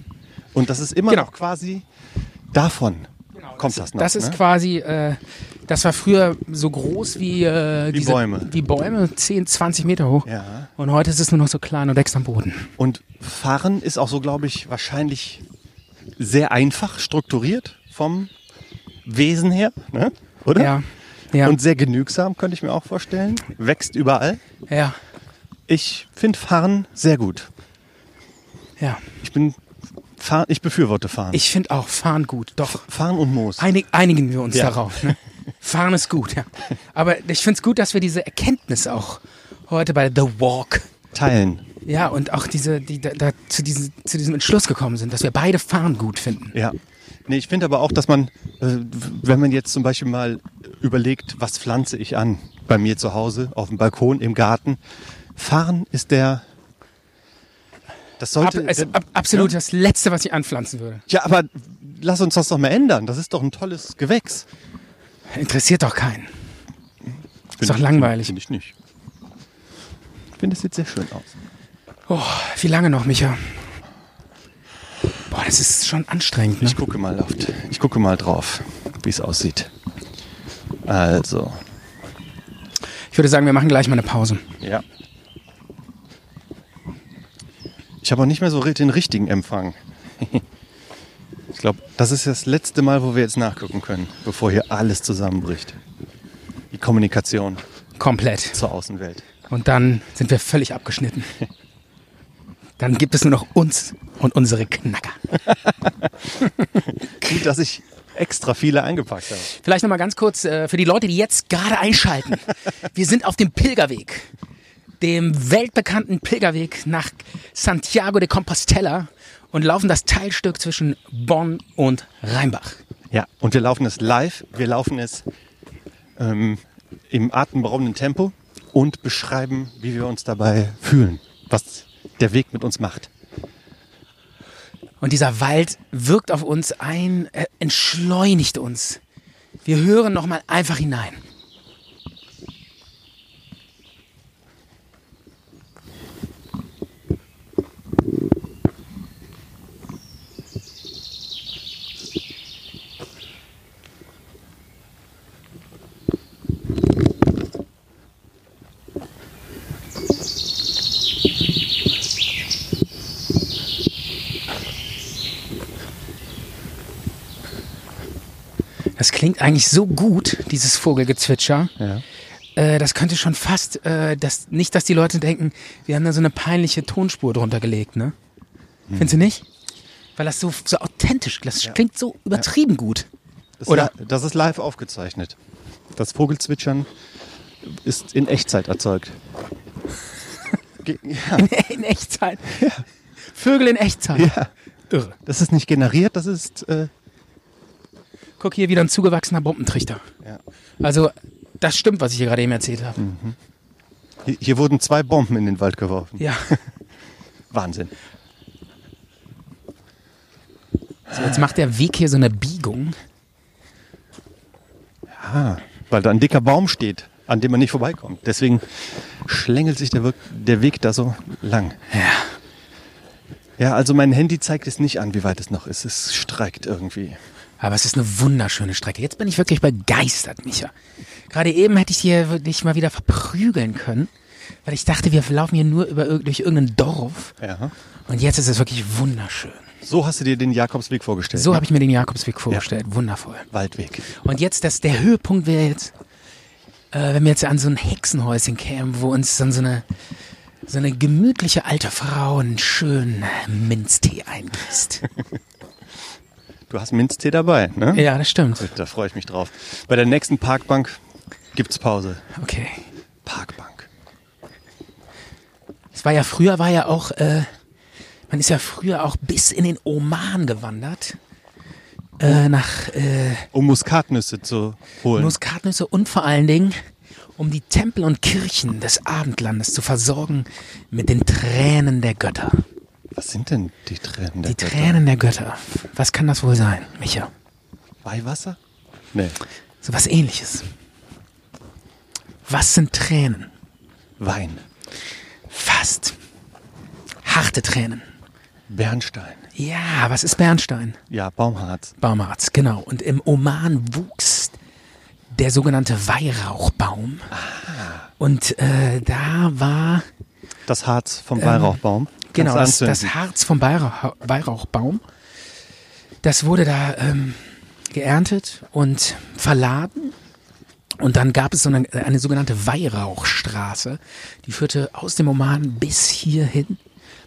[SPEAKER 3] Und das ist immer
[SPEAKER 2] Genau.
[SPEAKER 3] noch quasi davon. Kommt das, noch?
[SPEAKER 2] Das ist
[SPEAKER 3] ne?
[SPEAKER 2] quasi, äh, das war früher so groß wie äh,
[SPEAKER 3] Die
[SPEAKER 2] diese,
[SPEAKER 3] Bäume.
[SPEAKER 2] Die Bäume, 10, 20 Meter hoch.
[SPEAKER 3] Ja.
[SPEAKER 2] Und heute ist es nur noch so klein und wächst am Boden.
[SPEAKER 3] Und Fahren ist auch so, glaube ich, wahrscheinlich sehr einfach strukturiert vom Wesen her, ne? oder?
[SPEAKER 2] Ja. Ja.
[SPEAKER 3] Und sehr genügsam, könnte ich mir auch vorstellen. Wächst überall.
[SPEAKER 2] ja.
[SPEAKER 3] Ich finde Fahren sehr gut.
[SPEAKER 2] Ja.
[SPEAKER 3] Ich bin, fahr, ich befürworte Fahren.
[SPEAKER 2] Ich finde auch Fahren gut. Doch.
[SPEAKER 3] fahren und Moos.
[SPEAKER 2] Einig, einigen wir uns
[SPEAKER 3] Ja.
[SPEAKER 2] darauf. Ne? Fahren ist gut, ja. Aber ich finde es gut, dass wir diese Erkenntnis auch heute bei The Walk,
[SPEAKER 3] Teilen.
[SPEAKER 2] ja, und auch diese, die da, da zu, diesem, zu diesem Entschluss gekommen sind, dass wir beide Fahren gut finden.
[SPEAKER 3] Ja. Nee, ich finde aber auch, dass man, äh, wenn man jetzt zum Beispiel mal überlegt, was pflanze ich an? Bei mir zu Hause, auf dem Balkon, im Garten. Fahren ist der. Das
[SPEAKER 2] Ab,
[SPEAKER 3] sollte.
[SPEAKER 2] also, ab,
[SPEAKER 3] ne?
[SPEAKER 2] absolut das Letzte, was ich anpflanzen würde.
[SPEAKER 3] ja, aber lass uns das doch mal ändern. Das ist doch ein tolles Gewächs.
[SPEAKER 2] Interessiert doch keinen.
[SPEAKER 3] Ist
[SPEAKER 2] doch langweilig.
[SPEAKER 3] Finde ich nicht. Ich finde, es sieht sehr schön aus.
[SPEAKER 2] Oh, wie lange noch, Micha? Boah, das ist schon anstrengend, ne?
[SPEAKER 3] Ich gucke mal auf, ich gucke mal drauf, wie es aussieht. Also,
[SPEAKER 2] Ich würde sagen, wir machen gleich mal eine Pause.
[SPEAKER 3] ja. Ich habe auch nicht mehr so ri- den richtigen Empfang. Ich glaube, das ist das letzte Mal, wo wir jetzt nachgucken können, bevor hier alles zusammenbricht. Die Kommunikation
[SPEAKER 2] Komplett.
[SPEAKER 3] zur Außenwelt.
[SPEAKER 2] Und dann sind wir völlig abgeschnitten. Dann gibt es nur noch uns und unsere Knacker.
[SPEAKER 3] Gut, dass ich extra viele eingepackt habe.
[SPEAKER 2] Vielleicht nochmal ganz kurz äh, für die Leute, die jetzt gerade einschalten. Wir sind auf dem Pilgerweg. Dem weltbekannten Pilgerweg nach Santiago de Compostela und laufen das Teilstück zwischen Bonn und Rheinbach.
[SPEAKER 3] Ja, und wir laufen es live, wir laufen es ähm, im atemberaubenden Tempo und beschreiben, wie wir uns dabei fühlen, was der Weg mit uns macht.
[SPEAKER 2] Und dieser Wald wirkt auf uns ein, äh, entschleunigt uns. Wir hören nochmal einfach hinein. Das klingt eigentlich so gut, dieses Vogelgezwitscher.
[SPEAKER 3] Ja.
[SPEAKER 2] Äh, das könnte schon fast, äh, das, nicht, dass die Leute denken, wir haben da so eine peinliche Tonspur drunter gelegt,
[SPEAKER 3] Hm.
[SPEAKER 2] ne? Findest du nicht? Weil das so, so authentisch, das klingt so übertrieben gut.
[SPEAKER 3] Das
[SPEAKER 2] Oder-
[SPEAKER 3] Ist, li- das ist live aufgezeichnet. Das Vogelzwitschern ist in Echtzeit erzeugt. Ge ja,
[SPEAKER 2] In Echtzeit. Vögel in Echtzeit.
[SPEAKER 3] ja.
[SPEAKER 2] Irre.
[SPEAKER 3] Das ist nicht generiert, das ist. Äh,
[SPEAKER 2] Guck hier wieder ein zugewachsener Bombentrichter.
[SPEAKER 3] ja. Hm.
[SPEAKER 2] Also, das stimmt, was ich hier gerade eben erzählt habe.
[SPEAKER 3] hier, hier wurden zwei Bomben in den Wald geworfen.
[SPEAKER 2] Ja.
[SPEAKER 3] Wahnsinn.
[SPEAKER 2] So, jetzt macht der Weg hier so eine Biegung.
[SPEAKER 3] Weil da ein dicker Baum steht, an dem man nicht vorbeikommt. Deswegen schlängelt sich der, Wirk- der Weg da so lang. Ja. Ja, also mein Handy zeigt es nicht an, wie weit es noch ist. Es streikt irgendwie.
[SPEAKER 2] Aber es ist eine wunderschöne Strecke. Jetzt bin ich wirklich begeistert, Micha. Gerade eben hätte ich hier wirklich mal wieder verprügeln können, weil ich dachte, wir laufen hier nur über, irg- durch irgendein Dorf.
[SPEAKER 3] Ja.
[SPEAKER 2] Und jetzt ist es wirklich wunderschön.
[SPEAKER 3] So hast du dir den Jakobsweg vorgestellt.
[SPEAKER 2] So
[SPEAKER 3] ne?
[SPEAKER 2] habe ich mir den Jakobsweg vorgestellt. Wundervoll.
[SPEAKER 3] Waldweg.
[SPEAKER 2] Und jetzt, das, der Höhepunkt wäre jetzt, äh, wenn wir jetzt an so ein Hexenhäuschen kämen, wo uns dann so eine, so eine gemütliche alte Frau einen schönen Minztee eingießt.
[SPEAKER 3] Du hast Minztee dabei, ne?
[SPEAKER 2] ja, das stimmt.
[SPEAKER 3] Da freue ich mich drauf. Bei der nächsten Parkbank gibt's Pause.
[SPEAKER 2] Okay.
[SPEAKER 3] Parkbank.
[SPEAKER 2] Es war ja früher, war ja auch, äh, man ist ja früher auch bis in den Oman gewandert.
[SPEAKER 3] Oh.
[SPEAKER 2] Äh, nach äh,
[SPEAKER 3] Um Muskatnüsse zu holen.
[SPEAKER 2] Muskatnüsse und vor allen Dingen, um die Tempel und Kirchen des Abendlandes zu versorgen mit den Tränen der Götter.
[SPEAKER 3] Was sind denn die Tränen? der
[SPEAKER 2] Die
[SPEAKER 3] Götter?
[SPEAKER 2] Tränen der Götter. Was kann das wohl sein, Micha?
[SPEAKER 3] Weihwasser? Nee.
[SPEAKER 2] So was ähnliches. Was sind Tränen?
[SPEAKER 3] Wein.
[SPEAKER 2] Fast. Harte Tränen.
[SPEAKER 3] Bernstein.
[SPEAKER 2] Ja, was ist Bernstein?
[SPEAKER 3] Ja, Baumharz.
[SPEAKER 2] Baumarzt, genau. Und im Oman wuchs der sogenannte Weihrauchbaum. Und äh, da war
[SPEAKER 3] Das Harz vom Weihrauchbaum.
[SPEAKER 2] Ähm, genau das,
[SPEAKER 3] Kannst du
[SPEAKER 2] das
[SPEAKER 3] anzünden.
[SPEAKER 2] Harz vom Weihrauch, Weihrauchbaum. Das wurde da ähm, geerntet und verladen. Und dann gab es so eine, eine sogenannte Weihrauchstraße, die führte aus dem Oman bis hierhin.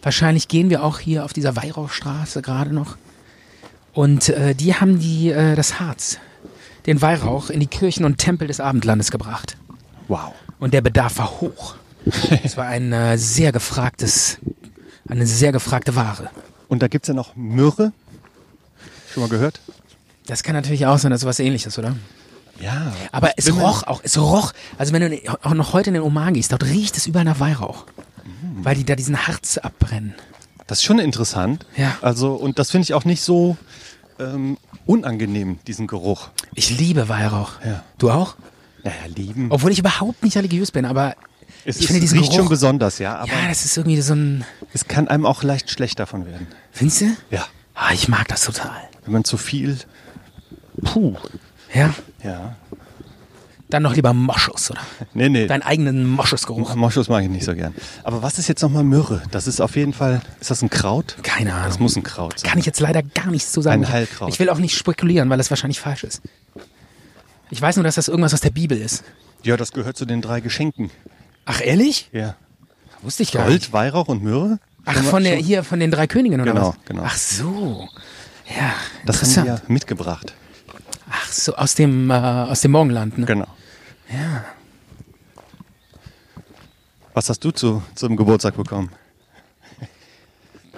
[SPEAKER 2] Wahrscheinlich gehen wir auch hier auf dieser Weihrauchstraße gerade noch. Und äh, die haben die äh, das Harz, den Weihrauch, in die Kirchen und Tempel des Abendlandes gebracht.
[SPEAKER 3] Wow.
[SPEAKER 2] Und der Bedarf war hoch. Es war ein äh, sehr gefragtes, eine sehr gefragte Ware.
[SPEAKER 3] Und da gibt's ja noch Myrrhe. Schon mal gehört?
[SPEAKER 2] Das kann natürlich auch sein, dass sowas ähnliches, oder?
[SPEAKER 3] Ja.
[SPEAKER 2] Aber es roch auch, es roch. Also wenn du in- auch noch heute in den Oman gehst, dort riecht es überall nach Weihrauch. Weil die da diesen Harz abbrennen.
[SPEAKER 3] Das ist schon interessant.
[SPEAKER 2] Ja.
[SPEAKER 3] Also, und das finde ich auch nicht so ähm, unangenehm, diesen Geruch.
[SPEAKER 2] Ich liebe Weihrauch.
[SPEAKER 3] Ja.
[SPEAKER 2] Du auch?
[SPEAKER 3] Naja, lieben.
[SPEAKER 2] Obwohl ich überhaupt nicht religiös bin, aber
[SPEAKER 3] es
[SPEAKER 2] Oh, ich finde
[SPEAKER 3] ist,
[SPEAKER 2] diesen
[SPEAKER 3] riecht schon
[SPEAKER 2] Geruch-
[SPEAKER 3] besonders, ja. Aber
[SPEAKER 2] ja, das ist irgendwie so ein.
[SPEAKER 3] es kann einem auch leicht schlecht davon werden.
[SPEAKER 2] Findest du?
[SPEAKER 3] Ja.
[SPEAKER 2] Ah, ich mag das total.
[SPEAKER 3] Wenn man zu viel. Puh.
[SPEAKER 2] Ja.
[SPEAKER 3] Ja.
[SPEAKER 2] Dann noch lieber Moschus, oder?
[SPEAKER 3] Nee, nee.
[SPEAKER 2] Deinen eigenen Moschusgeruch.
[SPEAKER 3] Moschus mag ich nicht so gern. Aber was ist jetzt nochmal Myrrhe? Das ist auf jeden Fall. Ist das ein Kraut?
[SPEAKER 2] Keine Ahnung.
[SPEAKER 3] Das muss ein Kraut sein.
[SPEAKER 2] Kann ich jetzt leider gar nichts zu sagen.
[SPEAKER 3] Ein Heilkraut.
[SPEAKER 2] Ich will auch nicht spekulieren, weil das wahrscheinlich falsch ist. Ich weiß nur, dass das irgendwas aus der Bibel ist.
[SPEAKER 3] Ja, das gehört zu den drei Geschenken.
[SPEAKER 2] Ach, ehrlich?
[SPEAKER 3] Ja.
[SPEAKER 2] Wusste ich gar nicht.
[SPEAKER 3] Gold, Weihrauch und Myrrhe?
[SPEAKER 2] Ach, von der, hier, von den drei Königen oder
[SPEAKER 3] Genau,
[SPEAKER 2] was?
[SPEAKER 3] genau.
[SPEAKER 2] Ach so. Ja,
[SPEAKER 3] Das haben
[SPEAKER 2] interessant.
[SPEAKER 3] wir mitgebracht.
[SPEAKER 2] Ach so, aus dem, äh, aus dem Morgenland, ne?
[SPEAKER 3] Genau. Ja. Was hast du zu, zum Geburtstag bekommen?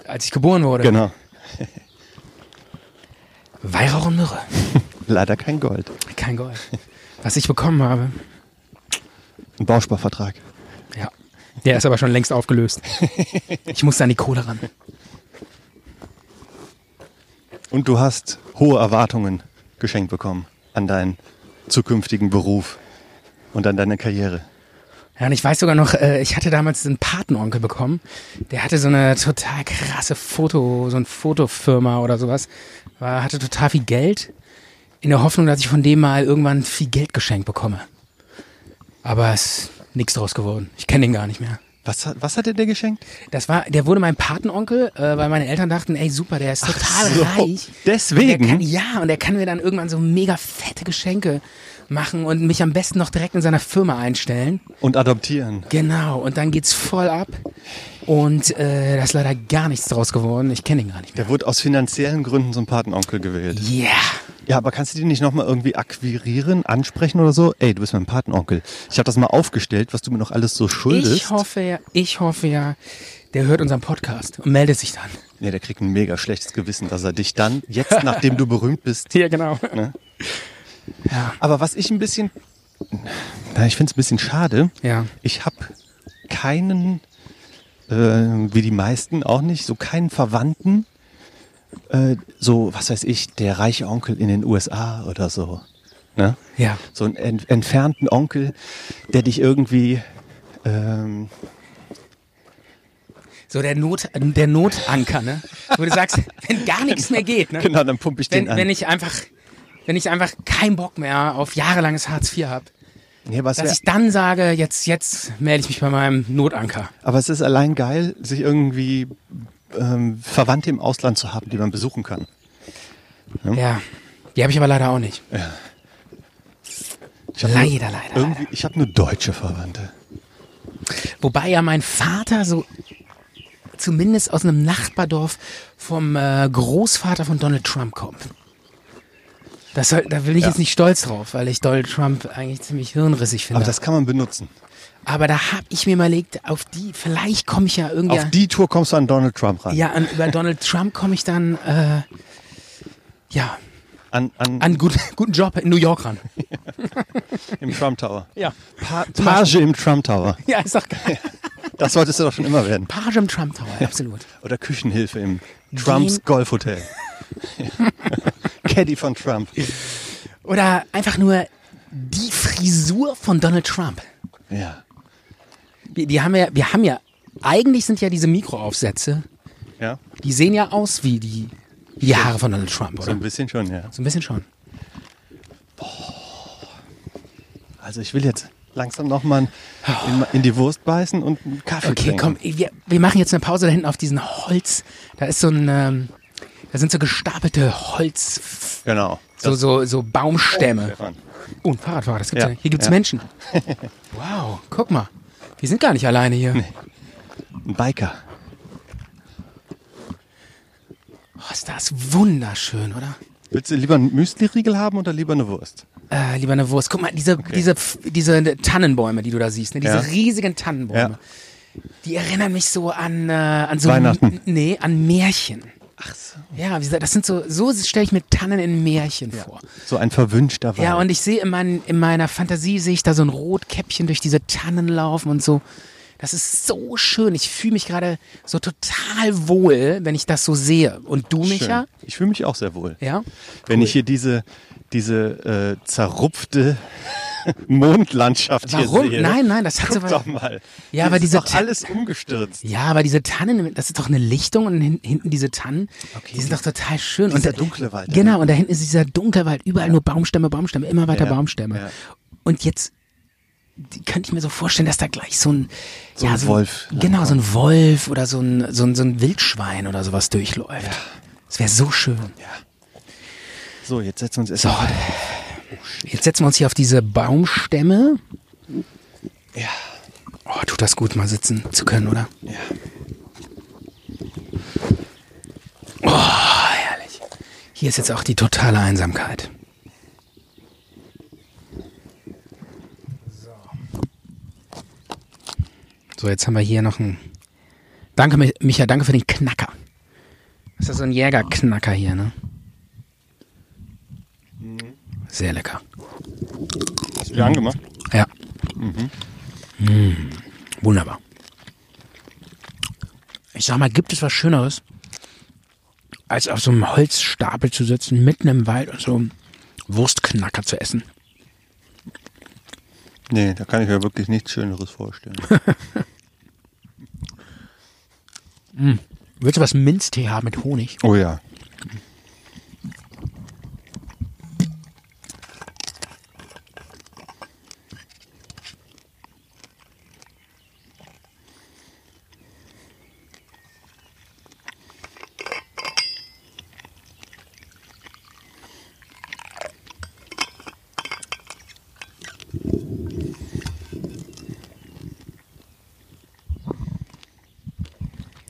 [SPEAKER 2] Als ich geboren wurde.
[SPEAKER 3] Genau.
[SPEAKER 2] Weihrauch und Myrrhe.
[SPEAKER 3] Leider kein Gold.
[SPEAKER 2] Kein Gold. Was ich bekommen habe.
[SPEAKER 3] Ein Bausparvertrag.
[SPEAKER 2] Ja. Der ist aber schon längst aufgelöst. Ich musste an die Kohle ran.
[SPEAKER 3] Und du hast hohe Erwartungen geschenkt bekommen an dein zukünftigen Beruf und an deiner Karriere?
[SPEAKER 2] Ja, und ich weiß sogar noch, äh, ich hatte damals einen Patenonkel bekommen, der hatte so eine total krasse Foto, so eine Fotofirma oder sowas, war, hatte total viel Geld, in der Hoffnung, dass ich von dem mal irgendwann viel Geld geschenkt bekomme. Aber es ist nichts draus geworden. Ich kenne den gar nicht mehr.
[SPEAKER 3] Was hat, was hat er dir geschenkt?
[SPEAKER 2] Das war, der wurde mein Patenonkel, äh, weil meine Eltern dachten, ey super, der ist total
[SPEAKER 3] so,
[SPEAKER 2] reich.
[SPEAKER 3] deswegen?
[SPEAKER 2] Und der kann, ja, und der kann mir dann irgendwann so mega fette Geschenke machen und mich am besten noch direkt in seiner Firma einstellen.
[SPEAKER 3] Und adoptieren.
[SPEAKER 2] Genau, und dann geht's voll ab. Und äh, da ist leider gar nichts draus geworden. Ich kenne ihn gar nicht mehr.
[SPEAKER 3] Der wurde aus finanziellen Gründen zum Patenonkel gewählt.
[SPEAKER 2] Yeah.
[SPEAKER 3] Ja, aber kannst du den nicht nochmal irgendwie akquirieren, ansprechen oder so? Ey, du bist mein Patenonkel. Ich habe das mal aufgestellt, was du mir noch alles so schuldest.
[SPEAKER 2] Ich hoffe ja, ich hoffe ja, der hört unseren Podcast und meldet sich dann.
[SPEAKER 3] Nee, der kriegt ein mega schlechtes Gewissen, dass er dich dann, jetzt nachdem du berühmt bist,
[SPEAKER 2] Ja, genau.
[SPEAKER 3] Ne? Aber was ich ein bisschen, na, ich finde es ein bisschen schade.
[SPEAKER 2] Ja.
[SPEAKER 3] Ich habe keinen, äh, wie die meisten auch nicht, so keinen Verwandten, äh, so, was weiß ich, der reiche Onkel in den USA oder so. Ne?
[SPEAKER 2] Ja.
[SPEAKER 3] So einen en entfernten Onkel, der dich irgendwie, ähm,
[SPEAKER 2] So der Not, der Notanker, ne? Wo du sagst, wenn gar nichts mehr geht, ne?
[SPEAKER 3] genau, dann pumpe ich
[SPEAKER 2] Wenn,
[SPEAKER 3] den an.
[SPEAKER 2] wenn ich einfach, wenn ich einfach keinen Bock mehr auf jahrelanges Hartz IV habe,
[SPEAKER 3] ja, was
[SPEAKER 2] dass
[SPEAKER 3] wär-
[SPEAKER 2] ich dann sage, jetzt, jetzt melde ich mich bei meinem Notanker.
[SPEAKER 3] Aber es ist allein geil, sich irgendwie ähm, Verwandte im Ausland zu haben, die man besuchen kann.
[SPEAKER 2] Ja. Die habe ich aber leider auch nicht.
[SPEAKER 3] Ich hab
[SPEAKER 2] Leider, leider,
[SPEAKER 3] Irgendwie, ich habe nur deutsche Verwandte.
[SPEAKER 2] Wobei ja mein Vater so zumindest aus einem Nachbardorf vom äh, Großvater von Donald Trump kommt. Das soll, da bin ich jetzt nicht stolz drauf, weil ich Donald Trump eigentlich ziemlich hirnrissig finde.
[SPEAKER 3] Aber das kann man benutzen.
[SPEAKER 2] Aber da habe ich mir mal überlegt, auf die, vielleicht komme ich ja irgendwie.
[SPEAKER 3] Auf die Tour kommst du an Donald Trump ran.
[SPEAKER 2] ja, an, über Donald Trump komme ich dann, äh, ja,
[SPEAKER 3] An, an,
[SPEAKER 2] an gut, guten Job in New York ran.
[SPEAKER 3] Im Trump Tower.
[SPEAKER 2] Ja.
[SPEAKER 3] Pa Page im Trump Tower.
[SPEAKER 2] Ja, ist doch geil.
[SPEAKER 3] Das solltest du doch schon immer werden.
[SPEAKER 2] Page im Trump Tower, absolut.
[SPEAKER 3] Oder Küchenhilfe im Trumps
[SPEAKER 2] Den-
[SPEAKER 3] Golfhotel. Caddy von Trump.
[SPEAKER 2] Oder einfach nur die Frisur von Donald Trump.
[SPEAKER 3] Ja.
[SPEAKER 2] Wir, die haben ja, wir haben ja, eigentlich sind ja diese Mikroaufsätze,
[SPEAKER 3] Ja,
[SPEAKER 2] die sehen ja aus wie die, wie die Haare von Donald Trump,
[SPEAKER 3] so
[SPEAKER 2] oder?
[SPEAKER 3] ein bisschen schon, ja.
[SPEAKER 2] So ein bisschen schon.
[SPEAKER 3] Also ich will jetzt langsam nochmal in, in die Wurst beißen und einen Kaffee
[SPEAKER 2] Okay, komm,
[SPEAKER 3] trinken.
[SPEAKER 2] wir, wir machen jetzt eine Pause da hinten auf diesen Holz. Da ist so ein, ähm, da sind so gestapelte Holz,
[SPEAKER 3] Genau.
[SPEAKER 2] so, so, so Baumstämme.
[SPEAKER 3] Stefan.
[SPEAKER 2] Oh, ein Fahrradfahrer, das gibt's
[SPEAKER 3] Ja,
[SPEAKER 2] ja. Hier gibt's
[SPEAKER 3] ja.
[SPEAKER 2] Menschen. Wow, guck mal. Wir sind gar nicht alleine hier.
[SPEAKER 3] Ein Biker.
[SPEAKER 2] Oh, ist das wunderschön, oder?
[SPEAKER 3] Willst du lieber einen Müsli-Riegel haben oder lieber eine Wurst?
[SPEAKER 2] Äh, lieber eine Wurst. Guck mal, diese, diese, diese Tannenbäume, die du da siehst, ne? diese
[SPEAKER 3] Ja.
[SPEAKER 2] riesigen Tannenbäume, die erinnern mich so an, äh, an so
[SPEAKER 3] Weihnachten.
[SPEAKER 2] Nee, an Märchen. Ach so. Ja, wie gesagt, das sind so, so stelle ich mir Tannen in Märchen vor.
[SPEAKER 3] So ein verwünschter Wein.
[SPEAKER 2] Ja, und ich sehe in, mein, in meiner Fantasie sehe ich da so ein Rotkäppchen durch diese Tannen laufen und so. Das ist so schön. Ich fühle mich gerade so total wohl, wenn ich das so sehe. Und du,
[SPEAKER 3] Schön.
[SPEAKER 2] Micha?
[SPEAKER 3] Ich fühle mich auch sehr wohl.
[SPEAKER 2] Ja?
[SPEAKER 3] Wenn ich hier diese, diese äh, zerrupfte Mondlandschaft
[SPEAKER 2] Warum?
[SPEAKER 3] hier sehe.
[SPEAKER 2] Nein, nein, das hat
[SPEAKER 3] Guck
[SPEAKER 2] so was-
[SPEAKER 3] doch mal.
[SPEAKER 2] Ja,
[SPEAKER 3] Hier
[SPEAKER 2] aber
[SPEAKER 3] ist
[SPEAKER 2] diese
[SPEAKER 3] doch
[SPEAKER 2] Ta-
[SPEAKER 3] alles umgestürzt.
[SPEAKER 2] Ja, aber diese Tannen, das ist doch eine Lichtung und hin, hinten diese Tannen, die sind doch total schön. und
[SPEAKER 3] Dieser
[SPEAKER 2] da-
[SPEAKER 3] dunkle Wald. also
[SPEAKER 2] Genau, und da hinten ist dieser Dunkelwald, überall nur Baumstämme, Baumstämme, immer weiter
[SPEAKER 3] Ja,
[SPEAKER 2] Baumstämme.
[SPEAKER 3] ja.
[SPEAKER 2] Und jetzt die- könnte ich mir so vorstellen, dass da gleich so ein, so
[SPEAKER 3] ein Wolf
[SPEAKER 2] Genau, so ein Wolf oder so ein, so ein, so ein Wildschwein oder sowas durchläuft. Das wäre so schön.
[SPEAKER 3] So, jetzt setzen wir uns erst
[SPEAKER 2] So.
[SPEAKER 3] mal.
[SPEAKER 2] Jetzt setzen wir uns hier auf diese Baumstämme.
[SPEAKER 3] Ja,
[SPEAKER 2] Oh, tut das gut, mal sitzen zu können, oder?
[SPEAKER 3] ja.
[SPEAKER 2] Ah, herrlich. Hier ist jetzt auch die totale Einsamkeit. So, jetzt haben wir hier noch einen. Danke, Mi- Micha, danke für den Knacker. Das ist so ein Jägerknacker hier, ne? Sehr lecker.
[SPEAKER 3] Hast du wieder angemacht?
[SPEAKER 2] Ja. Mm, Mhm. wunderbar. Ich sag mal, gibt es was Schöneres, als auf so einem Holzstapel zu sitzen, mitten im Wald und so einen Wurstknacker zu essen?
[SPEAKER 3] Nee, da kann ich mir wirklich nichts Schöneres vorstellen.
[SPEAKER 2] Willst du was Minztee haben mit Honig?
[SPEAKER 3] Oh ja.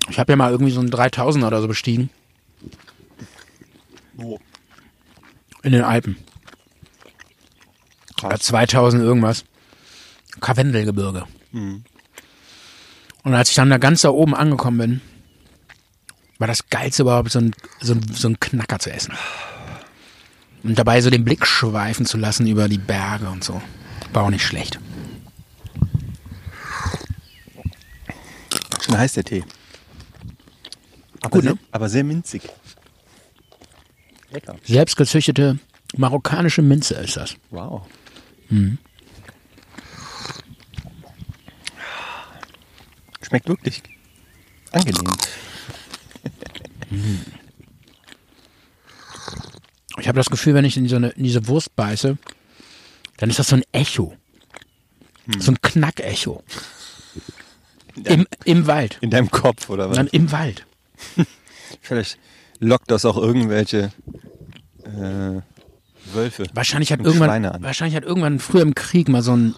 [SPEAKER 2] Ich habe ja mal irgendwie so einen 3000er oder so bestiegen.
[SPEAKER 3] Wo?
[SPEAKER 2] In den Alpen. Oder 2000 irgendwas. Karwendelgebirge. Und als ich dann da ganz da oben angekommen bin, war das Geilste überhaupt, so ein, so ein, so ein Knacker zu essen. Und dabei so den Blick schweifen zu lassen über die Berge und so. War auch nicht schlecht.
[SPEAKER 3] Schon heiß der Tee. Aber,
[SPEAKER 2] Gut,
[SPEAKER 3] sehr,
[SPEAKER 2] ne?
[SPEAKER 3] aber sehr minzig. Lecker.
[SPEAKER 2] Selbstgezüchtete marokkanische Minze ist das.
[SPEAKER 3] Wow. Mhm. Schmeckt wirklich angenehm.
[SPEAKER 2] Ich habe das Gefühl, wenn ich in, so eine, in diese Wurst beiße, dann ist das so ein Echo.
[SPEAKER 3] Hm.
[SPEAKER 2] So ein Knackecho. Im, Im Wald.
[SPEAKER 3] In deinem Kopf oder was?
[SPEAKER 2] Dann im Wald.
[SPEAKER 3] Vielleicht lockt das auch irgendwelche äh, Wölfe.
[SPEAKER 2] Wahrscheinlich hat,
[SPEAKER 3] und Schweine
[SPEAKER 2] irgendwann,
[SPEAKER 3] an.
[SPEAKER 2] wahrscheinlich hat irgendwann früher im Krieg mal so ein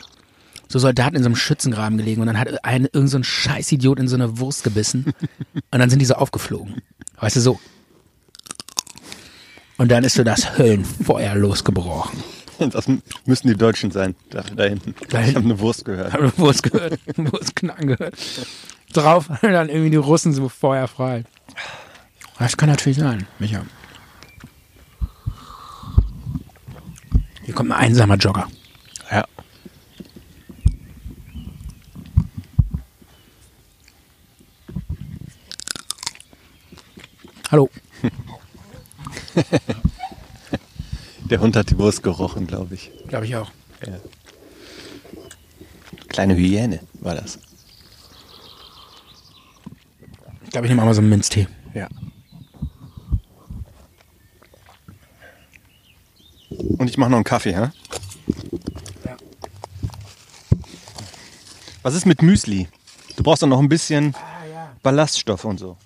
[SPEAKER 2] so Soldaten in so einem Schützengraben gelegen und dann hat ein, irgend so ein Scheißidiot in so eine Wurst gebissen und dann sind die so aufgeflogen. Weißt du, so. Und dann ist so das Höllenfeuer losgebrochen.
[SPEAKER 3] Das müssen die Deutschen sein, da, da hinten.
[SPEAKER 2] Da
[SPEAKER 3] Ich
[SPEAKER 2] hinten.
[SPEAKER 3] habe eine Wurst gehört.
[SPEAKER 2] Habe Wurst gehört, Wurst knacken gehört. Drauf haben dann irgendwie die Russen so Feuer frei. Das kann natürlich sein, Micha. Hier kommt ein einsamer Jogger.
[SPEAKER 3] Ja.
[SPEAKER 2] Hallo.
[SPEAKER 3] Der Hund hat die Wurst gerochen, glaube ich.
[SPEAKER 2] Glaube ich auch.
[SPEAKER 3] Kleine Hyäne war das.
[SPEAKER 2] Ich glaube, ich nehme auch mal so einen Minztee.
[SPEAKER 3] Ja. Und ich mache noch einen Kaffee, hä?
[SPEAKER 2] Ja.
[SPEAKER 3] Was ist mit Müsli? Du brauchst doch noch ein bisschen Ballaststoff und so.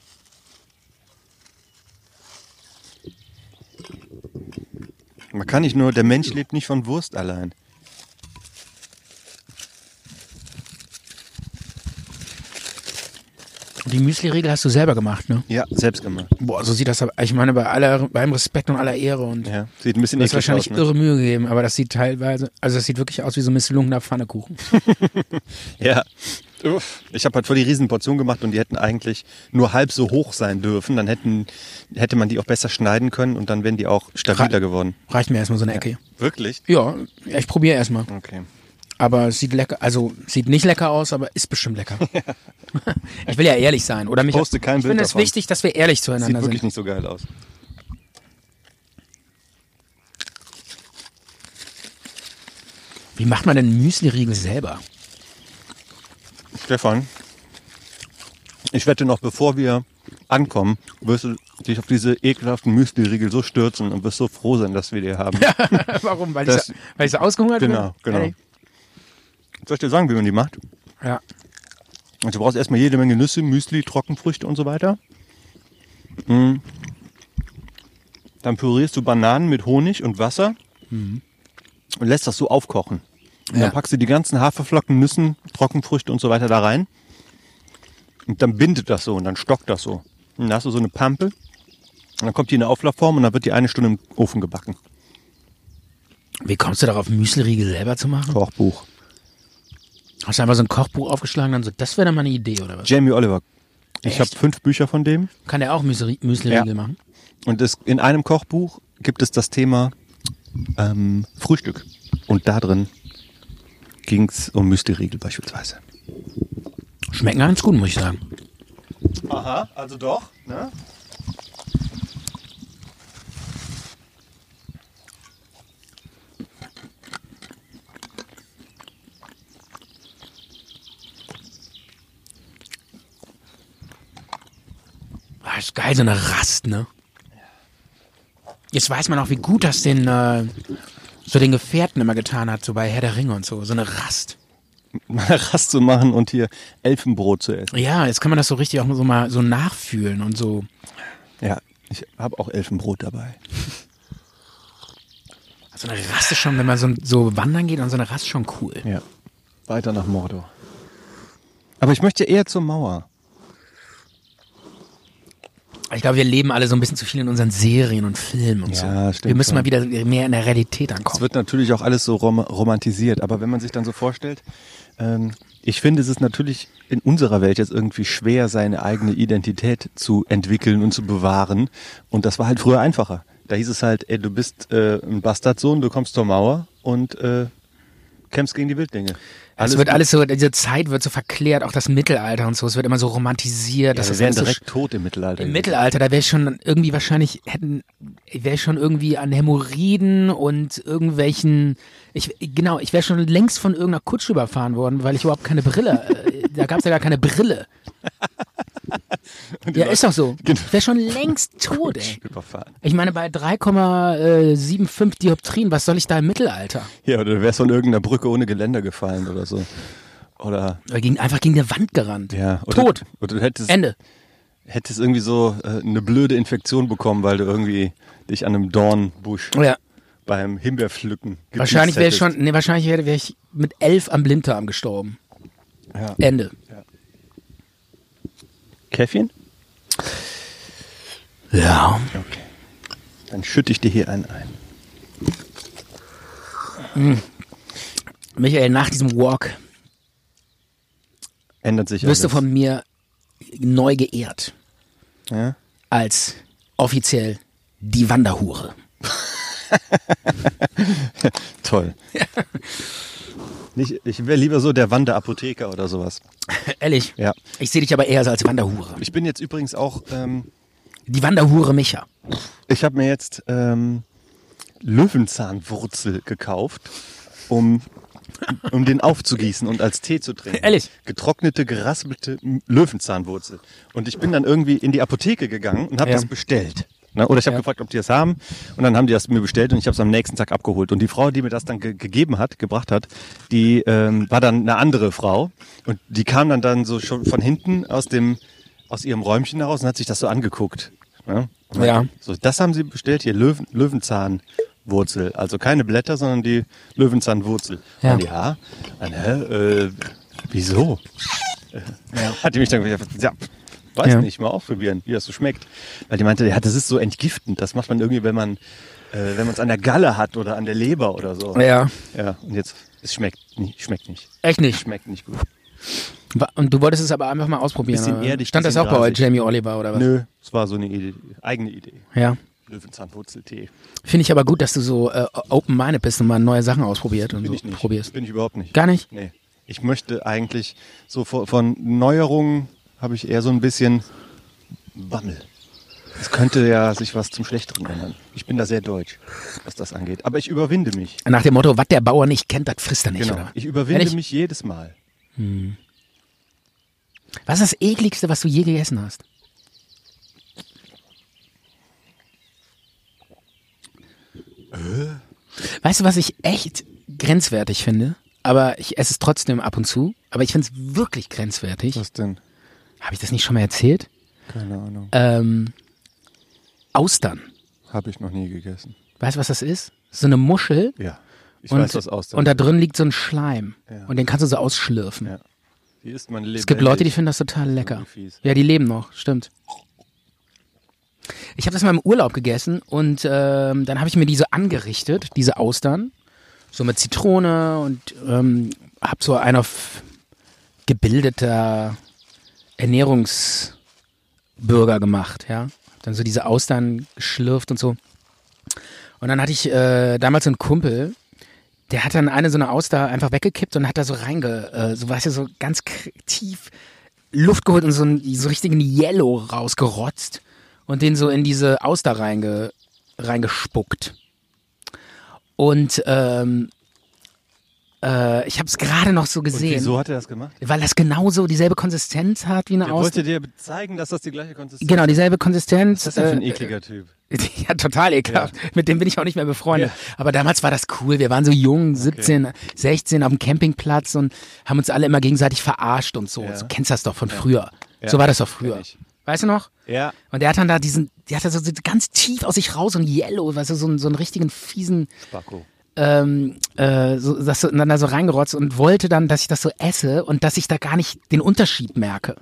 [SPEAKER 3] Man kann nicht nur, der Mensch lebt nicht von Wurst allein.
[SPEAKER 2] Und die Müsli-Regel hast du selber gemacht, ne?
[SPEAKER 3] Ja, selbst gemacht.
[SPEAKER 2] Boah, so sieht das aber. Ich meine, bei aller, beim Respekt und aller Ehre und.
[SPEAKER 3] Ja, sieht ein bisschen
[SPEAKER 2] Du hast
[SPEAKER 3] eklig
[SPEAKER 2] wahrscheinlich
[SPEAKER 3] aus, ne?
[SPEAKER 2] irre Mühe gegeben, aber das sieht teilweise, also das sieht wirklich aus wie so ein misslungener Pfannekuchen.
[SPEAKER 3] Ja. Uff. Ich habe halt voll die Riesenportion gemacht und die hätten eigentlich nur halb so hoch sein dürfen. Dann hätten, hätte man die auch besser schneiden können und dann wären die auch stabiler
[SPEAKER 2] Ra-
[SPEAKER 3] geworden.
[SPEAKER 2] Reicht mir erstmal so eine Ecke.
[SPEAKER 3] Wirklich?
[SPEAKER 2] Ja, ich probiere erstmal.
[SPEAKER 3] Okay.
[SPEAKER 2] Aber es sieht lecker, also sieht nicht lecker aus, aber ist bestimmt lecker. ich will ja ehrlich sein, oder mich.
[SPEAKER 3] poste kein
[SPEAKER 2] ich
[SPEAKER 3] Bild
[SPEAKER 2] finde es
[SPEAKER 3] davon.
[SPEAKER 2] wichtig, dass wir ehrlich
[SPEAKER 3] Sieht
[SPEAKER 2] zueinander
[SPEAKER 3] wirklich
[SPEAKER 2] sind.
[SPEAKER 3] nicht so geil aus.
[SPEAKER 2] Wie macht man denn Müsli-Riegel selber?
[SPEAKER 3] Stefan, ich wette noch, bevor wir ankommen, wirst du dich auf diese ekelhaften Müsli-Riegel so stürzen und wirst so froh sein, dass wir die haben.
[SPEAKER 2] Warum? Weil
[SPEAKER 3] Das-
[SPEAKER 2] ich weil ich so ausgehungert
[SPEAKER 3] Genau,
[SPEAKER 2] bin?
[SPEAKER 3] genau.
[SPEAKER 2] Ey.
[SPEAKER 3] Soll ich dir sagen, wie man die macht?
[SPEAKER 2] Ja.
[SPEAKER 3] Also du brauchst erstmal jede Menge Nüsse, Müsli, Trockenfrüchte und so weiter. Mm. Dann pürierst du Bananen mit Honig und Wasser und lässt das so aufkochen. Und
[SPEAKER 2] Mhm. Ja.
[SPEAKER 3] dann packst du die ganzen Haferflocken, Nüssen, Trockenfrüchte und so weiter da rein. Und dann bindet das so und dann stockt das so. Und dann hast du so eine Pampe. Und dann kommt die in eine Auflaufform und dann wird die eine Stunde im Ofen gebacken.
[SPEAKER 2] Wie kommst du darauf, Müsli-Riegel selber zu machen?
[SPEAKER 3] Kochbuch.
[SPEAKER 2] Hast du einfach so ein Kochbuch aufgeschlagen und dann so, das wäre dann mal eine Idee, oder was?
[SPEAKER 3] Jamie Oliver. Ich habe
[SPEAKER 2] Echt?
[SPEAKER 3] fünf Bücher von dem.
[SPEAKER 2] Kann der auch Müsli- Müsli-Riegel
[SPEAKER 3] Ja.
[SPEAKER 2] machen?
[SPEAKER 3] Und es, in einem Kochbuch gibt es das Thema ähm, Frühstück. Und da drin ging es um Müsli-Riegel beispielsweise.
[SPEAKER 2] Schmecken ganz gut, muss ich sagen.
[SPEAKER 3] Aha, also doch. Ne?
[SPEAKER 2] Ah, ist geil, so eine Rast, ne? Jetzt weiß man auch, wie gut das den, äh, so den Gefährten immer getan hat, so bei Herr der Ringe und so. So eine Rast.
[SPEAKER 3] mal Rast zu machen und hier Elfenbrot zu essen.
[SPEAKER 2] Ja, jetzt kann man das so richtig auch so mal so nachfühlen und so.
[SPEAKER 3] Ja, ich habe auch Elfenbrot dabei.
[SPEAKER 2] So Also eine Rast ist schon, wenn man so, so wandern geht und so eine Rast ist schon cool.
[SPEAKER 3] Ja. Weiter nach Mordor. Aber ich möchte eher zur Mauer.
[SPEAKER 2] Ich glaube, wir leben alle so ein bisschen zu viel in unseren Serien und Filmen und
[SPEAKER 3] Ja,
[SPEAKER 2] so.
[SPEAKER 3] stimmt
[SPEAKER 2] wir müssen
[SPEAKER 3] schon.
[SPEAKER 2] mal wieder mehr in der Realität
[SPEAKER 3] Es
[SPEAKER 2] ankommen.
[SPEAKER 3] wird natürlich auch alles so rom romantisiert, aber wenn man sich dann so vorstellt, ähm, ich finde, es ist natürlich in unserer Welt jetzt irgendwie schwer, seine eigene Identität zu entwickeln und zu bewahren. Und das war halt früher einfacher. Da hieß es halt, ey, du bist äh, ein Bastardsohn, du kommst zur Mauer und äh, kämpfst gegen die Wildlinge.
[SPEAKER 2] es wird alles so, diese Zeit wird so verklärt, auch das Mittelalter und so. Es wird immer so romantisiert.
[SPEAKER 3] ja,
[SPEAKER 2] dass
[SPEAKER 3] wir
[SPEAKER 2] das
[SPEAKER 3] wären
[SPEAKER 2] alles so
[SPEAKER 3] direkt tot im Mittelalter.
[SPEAKER 2] Im
[SPEAKER 3] gewesen.
[SPEAKER 2] Mittelalter, da wäre ich schon irgendwie wahrscheinlich, hätten, wäre ich schon irgendwie an Hämorrhoiden und irgendwelchen, ich, genau, ich wäre schon längst von irgendeiner Kutsche überfahren worden, weil ich überhaupt keine Brille, äh, da gab es ja gar keine Brille. Ja, ist doch so. Ich wäre schon längst tot, ey.
[SPEAKER 3] Überfahren.
[SPEAKER 2] Ich meine, bei 3,75 Dioptrien, was soll ich da im Mittelalter?
[SPEAKER 3] Ja, oder du wärst von irgendeiner Brücke ohne Geländer gefallen oder so. Oder
[SPEAKER 2] Oder gegen, einfach gegen eine Wand gerannt.
[SPEAKER 3] ja, oder,
[SPEAKER 2] Tot.
[SPEAKER 3] Oder du hättest,
[SPEAKER 2] Ende.
[SPEAKER 3] hättest irgendwie so äh, eine blöde Infektion bekommen, weil du irgendwie dich an einem Dornbusch
[SPEAKER 2] Ja.
[SPEAKER 3] beim Himbeerpflücken gepiekst
[SPEAKER 2] Wahrscheinlich wäre ich
[SPEAKER 3] hättest.
[SPEAKER 2] schon, nee, wahrscheinlich wäre wär ich mit elf am Blinddarm gestorben.
[SPEAKER 3] Ja.
[SPEAKER 2] Ende.
[SPEAKER 3] Käffchen?
[SPEAKER 2] Ja.
[SPEAKER 3] Okay. Dann schütte ich dir hier einen ein.
[SPEAKER 2] Michael, nach diesem Walk
[SPEAKER 3] Ändert sich
[SPEAKER 2] wirst du
[SPEAKER 3] alles.
[SPEAKER 2] von mir neu geehrt
[SPEAKER 3] Ja?
[SPEAKER 2] als offiziell die Wanderhure.
[SPEAKER 3] Toll. Nicht, ich wäre lieber so der Wanderapotheker oder sowas.
[SPEAKER 2] Ehrlich?
[SPEAKER 3] Ja.
[SPEAKER 2] Ich sehe dich aber eher so als Wanderhure.
[SPEAKER 3] Ich bin jetzt übrigens auch... Ähm,
[SPEAKER 2] Die Wanderhure Micha.
[SPEAKER 3] Ich habe mir jetzt ähm, Löwenzahnwurzel gekauft, um, um den aufzugießen und als Tee zu trinken.
[SPEAKER 2] Ehrlich?
[SPEAKER 3] Getrocknete, geraspelte M- Löwenzahnwurzel. Und ich bin dann irgendwie in die Apotheke gegangen und habe
[SPEAKER 2] Ja.
[SPEAKER 3] das bestellt. Na, oder ich habe gefragt, ob die das haben. Und dann haben die das mir bestellt und ich habe es am nächsten Tag abgeholt. Und die Frau, die mir das dann ge gegeben hat, gebracht hat, die ähm, war dann eine andere Frau. Und die kam dann, dann so schon von hinten aus, dem, aus ihrem Räumchen heraus und hat sich das so angeguckt. Ne? Und
[SPEAKER 2] Ja.
[SPEAKER 3] meinte, so, das haben sie bestellt hier, Löwen, Löwenzahnwurzel. Also keine Blätter, sondern die Löwenzahnwurzel.
[SPEAKER 2] Ja.
[SPEAKER 3] Und ja. Dann, hä, äh, wieso? Ja. Hat die mich dann gefragt, ja, weiß
[SPEAKER 2] Ja.
[SPEAKER 3] nicht, mal ausprobieren, wie das so schmeckt. Weil die meinte, ja, das ist so entgiftend. Das macht man irgendwie, wenn man äh, wenn man es an der Galle hat oder an der Leber oder so.
[SPEAKER 2] Ja.
[SPEAKER 3] Ja, und jetzt, es schmeckt nicht, schmeckt nicht.
[SPEAKER 2] Echt nicht.
[SPEAKER 3] Schmeckt nicht gut.
[SPEAKER 2] Wa- Und du wolltest es aber einfach mal ausprobieren.
[SPEAKER 3] Bisschen
[SPEAKER 2] oder?
[SPEAKER 3] erdig,
[SPEAKER 2] Stand das
[SPEAKER 3] bisschen
[SPEAKER 2] auch bei
[SPEAKER 3] grasig.
[SPEAKER 2] Jamie Oliver oder was?
[SPEAKER 3] Nö, es war so eine Idee, eigene Idee.
[SPEAKER 2] Ja.
[SPEAKER 3] Löwenzahnwurzeltee.
[SPEAKER 2] Finde ich aber gut, dass du so äh, open-minded bist und mal neue Sachen ausprobiert und
[SPEAKER 3] Bin
[SPEAKER 2] so
[SPEAKER 3] ich nicht.
[SPEAKER 2] probierst.
[SPEAKER 3] Bin ich überhaupt nicht.
[SPEAKER 2] Gar nicht?
[SPEAKER 3] Nee. Ich möchte eigentlich so von, von Neuerungen habe ich eher so ein bisschen Bammel. Es könnte ja sich was zum Schlechteren ändern. Ich bin da sehr deutsch, was das angeht. Aber ich überwinde mich.
[SPEAKER 2] Nach dem Motto, was der Bauer nicht kennt, das frisst er nicht,
[SPEAKER 3] Genau.
[SPEAKER 2] oder?
[SPEAKER 3] Ich überwinde
[SPEAKER 2] Ehrlich?
[SPEAKER 3] mich jedes Mal.
[SPEAKER 2] Was ist das ekligste, was du je gegessen hast? Weißt du, was ich echt grenzwertig finde? Aber ich esse es trotzdem ab und zu. Aber ich finde es wirklich grenzwertig.
[SPEAKER 3] Was denn?
[SPEAKER 2] Habe ich das nicht schon mal erzählt?
[SPEAKER 3] Keine Ahnung.
[SPEAKER 2] Ähm, Austern.
[SPEAKER 3] Habe ich noch nie gegessen.
[SPEAKER 2] Weißt du, was das ist? So eine Muschel.
[SPEAKER 3] Ja. Ich
[SPEAKER 2] und,
[SPEAKER 3] weiß was aus.
[SPEAKER 2] Und da drin liegt so ein Schleim.
[SPEAKER 3] Ja.
[SPEAKER 2] Und den kannst du so ausschlürfen.
[SPEAKER 3] Ja. Hier ist man
[SPEAKER 2] Es gibt Leute, die finden das total lecker.
[SPEAKER 3] irgendwie fies.
[SPEAKER 2] Ja, die leben noch, stimmt. Ich habe das mal im Urlaub gegessen und ähm, dann habe ich mir diese angerichtet, diese Austern, so mit Zitrone und ähm, habe so ein auf gebildeter Ernährungsbürger gemacht, ja. Hab Dann so diese Austern geschlürft und so. Und dann hatte ich äh, damals so einen Kumpel, der hat dann eine so eine Auster einfach weggekippt und hat da so reinge, äh, so weißt du, so ganz kr- tief Luft geholt und so einen so richtigen Yellow rausgerotzt und den so in diese Auster reinge, reingespuckt. Und ähm, Äh, ich habe es gerade noch so
[SPEAKER 3] Und
[SPEAKER 2] gesehen,
[SPEAKER 3] wieso hat er das gemacht?
[SPEAKER 2] weil das genauso dieselbe Konsistenz hat wie eine
[SPEAKER 3] Er
[SPEAKER 2] Aus.
[SPEAKER 3] wollte dir zeigen, dass das die gleiche Konsistenz
[SPEAKER 2] Genau, dieselbe Konsistenz.
[SPEAKER 3] ist. Was ist das denn für ein
[SPEAKER 2] äh,
[SPEAKER 3] ekliger Typ?
[SPEAKER 2] Ja, total ekelhaft. Mit dem bin ich auch nicht mehr befreundet. Aber damals war das cool. Wir waren so jung, 17, 16 auf dem Campingplatz und haben uns alle immer gegenseitig verarscht und so.
[SPEAKER 3] Ja.
[SPEAKER 2] Du kennst das doch von früher.
[SPEAKER 3] Ja,
[SPEAKER 2] So war das doch früher.
[SPEAKER 3] kenn ich.
[SPEAKER 2] Weißt du noch?
[SPEAKER 3] Ja.
[SPEAKER 2] Und der hat dann da diesen, der hat da so so ganz tief aus sich raus so ein Yellow, weißt du, so einen, so einen richtigen fiesen,
[SPEAKER 3] Spacko.
[SPEAKER 2] ähm, äh, so, das so, dann da so reingerotzt und wollte dann, dass ich das so esse und dass ich da gar nicht den Unterschied merke.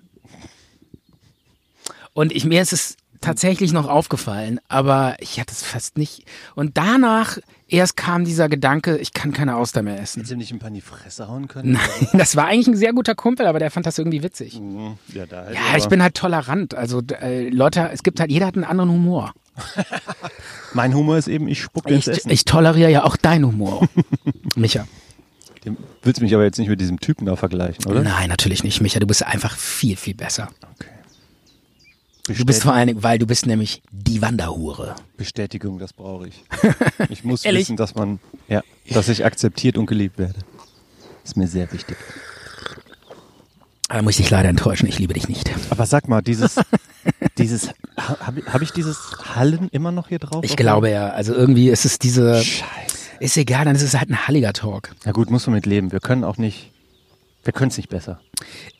[SPEAKER 2] Und ich, mir ist es tatsächlich noch aufgefallen, aber ich hatte es fast nicht. Und danach erst kam dieser Gedanke, ich kann keine Auster mehr essen.
[SPEAKER 3] Hättest du ihm nicht ein paar in die Fresse hauen können?
[SPEAKER 2] Nein, das war eigentlich ein sehr guter Kumpel, aber der fand das irgendwie witzig.
[SPEAKER 3] Mhm. Ja, da halt
[SPEAKER 2] Ja,
[SPEAKER 3] aber-
[SPEAKER 2] ich bin halt tolerant. Also d- äh, Leute, es gibt halt, jeder hat einen anderen Humor.
[SPEAKER 3] Mein Humor ist eben, ich spuck dir ins
[SPEAKER 2] Ich,
[SPEAKER 3] Essen.
[SPEAKER 2] ich toleriere ja auch deinen Humor, Micha.
[SPEAKER 3] Dem- Willst mich aber jetzt nicht mit diesem Typen da vergleichen, oder?
[SPEAKER 2] Nein, natürlich nicht, Micha. Du bist einfach viel, viel besser. Du
[SPEAKER 3] Bestätigung,
[SPEAKER 2] bist vor allen Dingen, weil du bist nämlich die Wanderhure.
[SPEAKER 3] Bestätigung, das brauche ich. Ich muss
[SPEAKER 2] Ehrlich?
[SPEAKER 3] wissen, dass man, ja, dass ich akzeptiert und geliebt werde. Ist mir sehr wichtig.
[SPEAKER 2] Aber muss ich dich leider enttäuschen, ich liebe dich nicht.
[SPEAKER 3] Aber sag mal, dieses, dieses, habe hab ich dieses Hallen immer noch hier drauf?
[SPEAKER 2] Ich glaube ja, also irgendwie ist es diese,
[SPEAKER 3] Scheiße.
[SPEAKER 2] ist egal, dann ist es halt ein halliger Talk.
[SPEAKER 3] Na gut, muss man mit leben. Wir können auch nicht, wir können es nicht besser.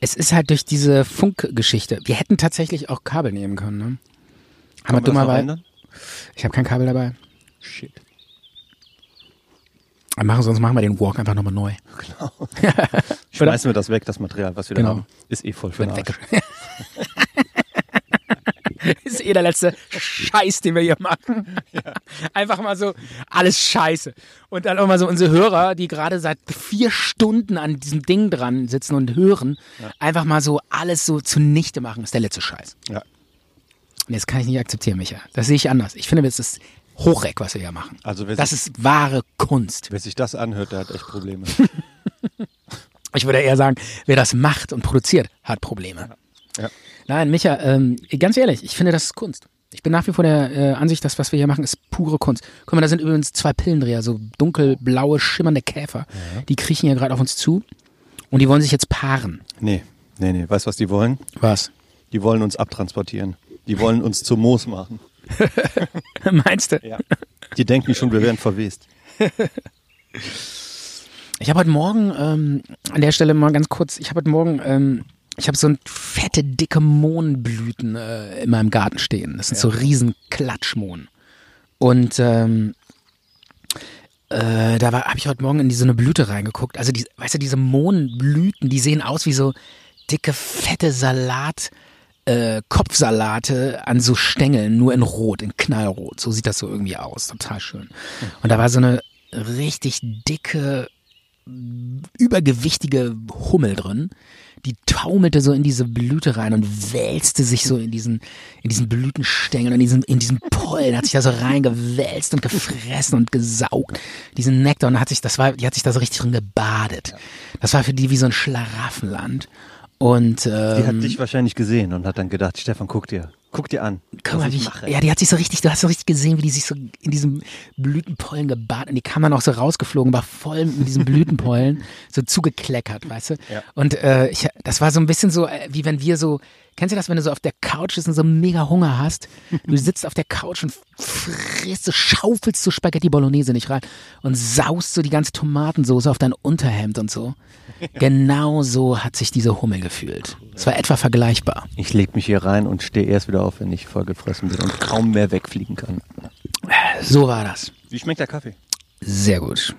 [SPEAKER 2] Es ist halt durch diese Funkgeschichte. Wir hätten tatsächlich auch Kabel nehmen können, ne? Haben wir
[SPEAKER 3] Kann man das noch
[SPEAKER 2] dummerweise.
[SPEAKER 3] ändern?
[SPEAKER 2] Ich habe kein Kabel dabei.
[SPEAKER 3] Shit.
[SPEAKER 2] Aber machen, sonst machen wir den Walk einfach nochmal neu.
[SPEAKER 3] Schmeißen wir das weg, das Material, was wir
[SPEAKER 2] Genau.
[SPEAKER 3] da haben. Ist eh voll für den
[SPEAKER 2] Wird
[SPEAKER 3] Arsch.
[SPEAKER 2] weg. ist eh der letzte Scheiß, den wir hier machen. Einfach mal so alles Scheiße. Und dann auch mal so unsere Hörer, die gerade seit vier Stunden an diesem Ding dran sitzen und hören, einfach mal so alles so zunichte machen, ist der letzte Scheiß.
[SPEAKER 3] Ja.
[SPEAKER 2] Und das kann ich nicht akzeptieren, Micha. Das sehe ich anders. Ich finde, das ist Hochreck, was wir hier machen.
[SPEAKER 3] Also wer
[SPEAKER 2] das
[SPEAKER 3] sich-
[SPEAKER 2] ist wahre Kunst.
[SPEAKER 3] Wer sich das anhört, der hat echt Probleme.
[SPEAKER 2] Ich würde eher sagen, wer das macht und produziert, hat Probleme.
[SPEAKER 3] Ja.
[SPEAKER 2] Nein, Micha, ähm, ganz ehrlich, ich finde, das ist Kunst. Ich bin nach wie vor der äh, Ansicht, dass was wir hier machen, ist pure Kunst. Guck mal, da sind übrigens zwei Pillendreher, so dunkelblaue, schimmernde Käfer. Die kriechen hier gerade auf uns zu und die wollen sich jetzt paaren.
[SPEAKER 3] Nee, nee, nee. Weißt du, was die wollen?
[SPEAKER 2] Was?
[SPEAKER 3] Die wollen uns abtransportieren. Die wollen uns zu Moos machen.
[SPEAKER 2] Meinst du?
[SPEAKER 3] Ja. Die denken schon, wir wären verwest.
[SPEAKER 2] Ich habe heute Morgen, ähm, an der Stelle mal ganz kurz, ich habe heute Morgen, ähm, ich habe so ein fette, dicke Mohnblüten äh, in meinem Garten stehen. Das sind so riesen Klatschmohn. Und ähm, äh, da habe ich heute Morgen in die- so eine Blüte reingeguckt. Also, die, weißt du, diese Mohnblüten, die sehen aus wie so dicke, fette Salat, äh, Kopfsalate an so Stängeln, nur in Rot, in Knallrot. So sieht das so irgendwie aus. Total schön. Und da war so eine richtig dicke, übergewichtige Hummel drin. Die taumelte so in diese Blüte rein und wälzte sich so in diesen, in diesen Blütenstängeln, in diesen, in diesen Pollen, hat sich da so reingewälzt und gefressen und gesaugt. Diesen Nektar und hat sich, das war, die hat sich da so richtig drin gebadet. Das war für die wie so ein Schlaraffenland. Und, ähm,
[SPEAKER 3] Die hat dich wahrscheinlich gesehen und hat dann gedacht, Stefan, guck dir, guck dir an.
[SPEAKER 2] Guck mal,
[SPEAKER 3] was
[SPEAKER 2] wie
[SPEAKER 3] ich
[SPEAKER 2] ich,
[SPEAKER 3] mache.
[SPEAKER 2] ja, die hat sich so richtig, du hast so richtig gesehen, wie die sich so in diesem Blütenpollen gebadet und die kam dann auch so rausgeflogen, war voll mit diesen Blütenpollen, so zugekleckert, weißt du? Und äh, ich, das war so ein bisschen so, äh, wie wenn wir so, kennst du das, wenn du so auf der Couch sitzt und so mega Hunger hast? Du sitzt auf der Couch und frisst, so schaufelst so Spaghetti Bolognese nicht rein und saust so die ganze Tomatensoße auf dein Unterhemd und so. Genau so hat sich diese Hummel gefühlt. Es war etwa vergleichbar.
[SPEAKER 3] Ich leg mich hier rein und stehe erst wieder auf, wenn ich vollgefressen bin und kaum mehr wegfliegen kann.
[SPEAKER 2] So war das.
[SPEAKER 3] Wie schmeckt der Kaffee?
[SPEAKER 2] Sehr gut.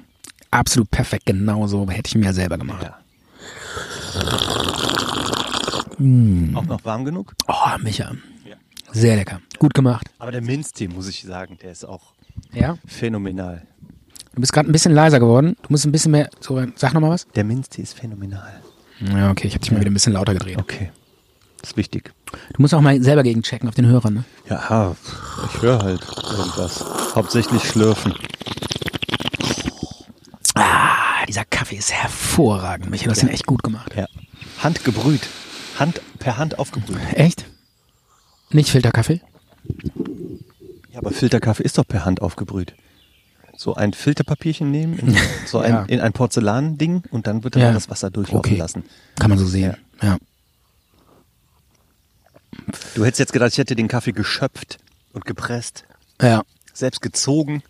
[SPEAKER 2] Absolut perfekt, genauso hätte ich mir selber gemacht.
[SPEAKER 3] Ja. Auch noch warm genug?
[SPEAKER 2] Oh, Micha. Sehr lecker. Gut gemacht.
[SPEAKER 3] Aber der Minztee, muss ich sagen, der ist auch
[SPEAKER 2] Ja?
[SPEAKER 3] phänomenal.
[SPEAKER 2] Du bist gerade ein bisschen leiser geworden. Du musst ein bisschen mehr. So, sag nochmal was.
[SPEAKER 3] Der Minztee ist phänomenal.
[SPEAKER 2] Ja, okay, ich habe dich mal wieder ein bisschen lauter gedreht.
[SPEAKER 3] Okay. Ist wichtig.
[SPEAKER 2] Du musst auch mal selber gegenchecken auf den Hörern, ne?
[SPEAKER 3] Ja, ich höre halt irgendwas. Hauptsächlich schlürfen.
[SPEAKER 2] Ah, dieser Kaffee ist hervorragend, Micha. Du hast ihn echt gut gemacht.
[SPEAKER 3] Ja. Handgebrüht. Hand per Hand aufgebrüht.
[SPEAKER 2] Echt? Nicht Filterkaffee?
[SPEAKER 3] Ja, aber Filterkaffee ist doch per Hand aufgebrüht. so ein Filterpapierchen nehmen, in, so ein,
[SPEAKER 2] Ja.
[SPEAKER 3] in ein Porzellanding und dann wird dann
[SPEAKER 2] Ja.
[SPEAKER 3] mal das Wasser durchlaufen
[SPEAKER 2] Okay.
[SPEAKER 3] lassen.
[SPEAKER 2] Kann man so sehen. Ja.
[SPEAKER 3] Du hättest jetzt gedacht, ich hätte den Kaffee geschöpft und gepresst,
[SPEAKER 2] Ja.
[SPEAKER 3] selbst gezogen.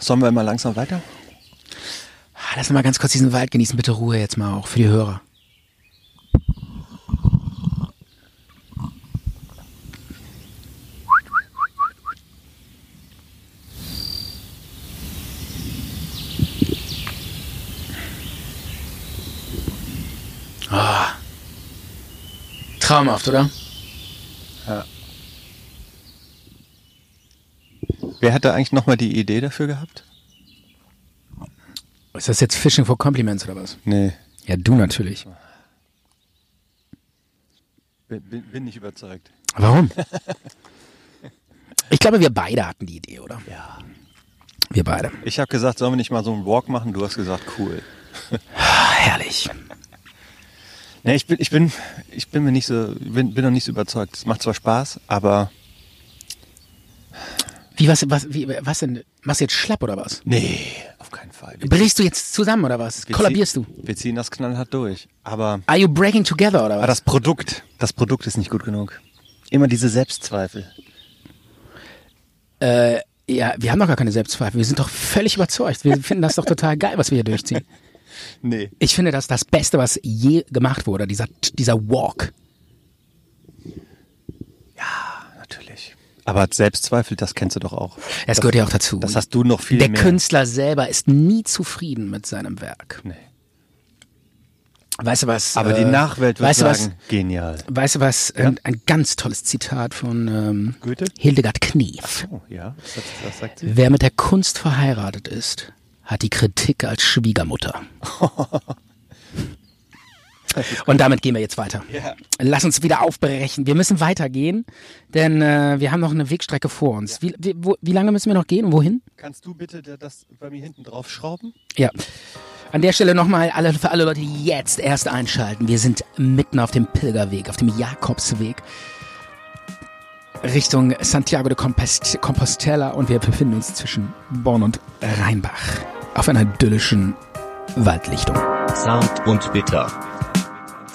[SPEAKER 3] Sollen wir mal langsam weiter?
[SPEAKER 2] Ah, Lass uns mal ganz kurz diesen Wald genießen. Bitte Ruhe jetzt mal auch für die Hörer. Ah. Traumhaft, oder?
[SPEAKER 3] Wer hat da eigentlich nochmal die Idee dafür gehabt?
[SPEAKER 2] Ist das jetzt Fishing for Compliments oder was?
[SPEAKER 3] Nee,
[SPEAKER 2] Ja, du natürlich.
[SPEAKER 3] bin, bin nicht überzeugt.
[SPEAKER 2] Warum? Ich glaube, wir beide hatten die Idee, oder? Ja. Wir beide.
[SPEAKER 3] Ich habe gesagt, sollen wir nicht mal so einen Walk machen? Du hast gesagt, cool.
[SPEAKER 2] Ah, herrlich.
[SPEAKER 3] Nee, ich bin, ich bin, ich bin mir nicht so, bin, bin noch nicht so überzeugt. Es macht zwar Spaß, aber
[SPEAKER 2] Wie, was, was, wie, was denn? Machst du jetzt schlapp oder was?
[SPEAKER 3] nee, auf keinen Fall. Wir-
[SPEAKER 2] Brichst du jetzt zusammen oder was?
[SPEAKER 3] wir
[SPEAKER 2] Kollabierst du?
[SPEAKER 3] ziehen- Wir ziehen das knallhart durch. Aber,
[SPEAKER 2] Are you breaking together oder
[SPEAKER 3] aber
[SPEAKER 2] was?
[SPEAKER 3] das Produkt, das Produkt ist nicht gut genug. Immer diese Selbstzweifel.
[SPEAKER 2] Ja, wir haben doch gar keine Selbstzweifel. Wir sind doch völlig überzeugt. Wir finden das doch total geil, was wir hier durchziehen.
[SPEAKER 3] Nee.
[SPEAKER 2] Ich finde das das Beste, was je gemacht wurde, dieser, dieser Walk.
[SPEAKER 3] Natürlich. Aber Selbstzweifel, das kennst du doch auch.
[SPEAKER 2] Das gehört ja auch dazu.
[SPEAKER 3] Das hast du noch viel
[SPEAKER 2] Der
[SPEAKER 3] mehr.
[SPEAKER 2] Künstler selber ist nie zufrieden mit seinem Werk.
[SPEAKER 3] Nee.
[SPEAKER 2] Weißt du was?
[SPEAKER 3] Aber die
[SPEAKER 2] äh,
[SPEAKER 3] Nachwelt wird
[SPEAKER 2] weißt du was,
[SPEAKER 3] sagen, genial.
[SPEAKER 2] Weißt du was? Ein, ein ganz tolles Zitat von ähm,
[SPEAKER 3] Goethe?
[SPEAKER 2] Hildegard Knef.
[SPEAKER 3] Oh, ja, was, hat- was sagt sie?
[SPEAKER 2] Wer mit der Kunst verheiratet ist, hat die Kritik als Schwiegermutter. Und damit gehen wir jetzt weiter. Lass uns wieder aufbrechen. Wir müssen weitergehen, denn äh, wir haben noch eine Wegstrecke vor uns. Wie, wie, wo, wie lange müssen wir noch gehen und wohin?
[SPEAKER 3] Kannst du bitte da- das bei mir hinten drauf schrauben?
[SPEAKER 2] Ja. An der Stelle nochmal alle, für alle Leute, die jetzt erst einschalten. Wir sind mitten auf dem Pilgerweg, auf dem Jakobsweg Richtung Santiago de Compest Compostela und wir befinden uns zwischen Bonn und Rheinbach auf einer idyllischen Waldlichtung.
[SPEAKER 1] Zart und bitter.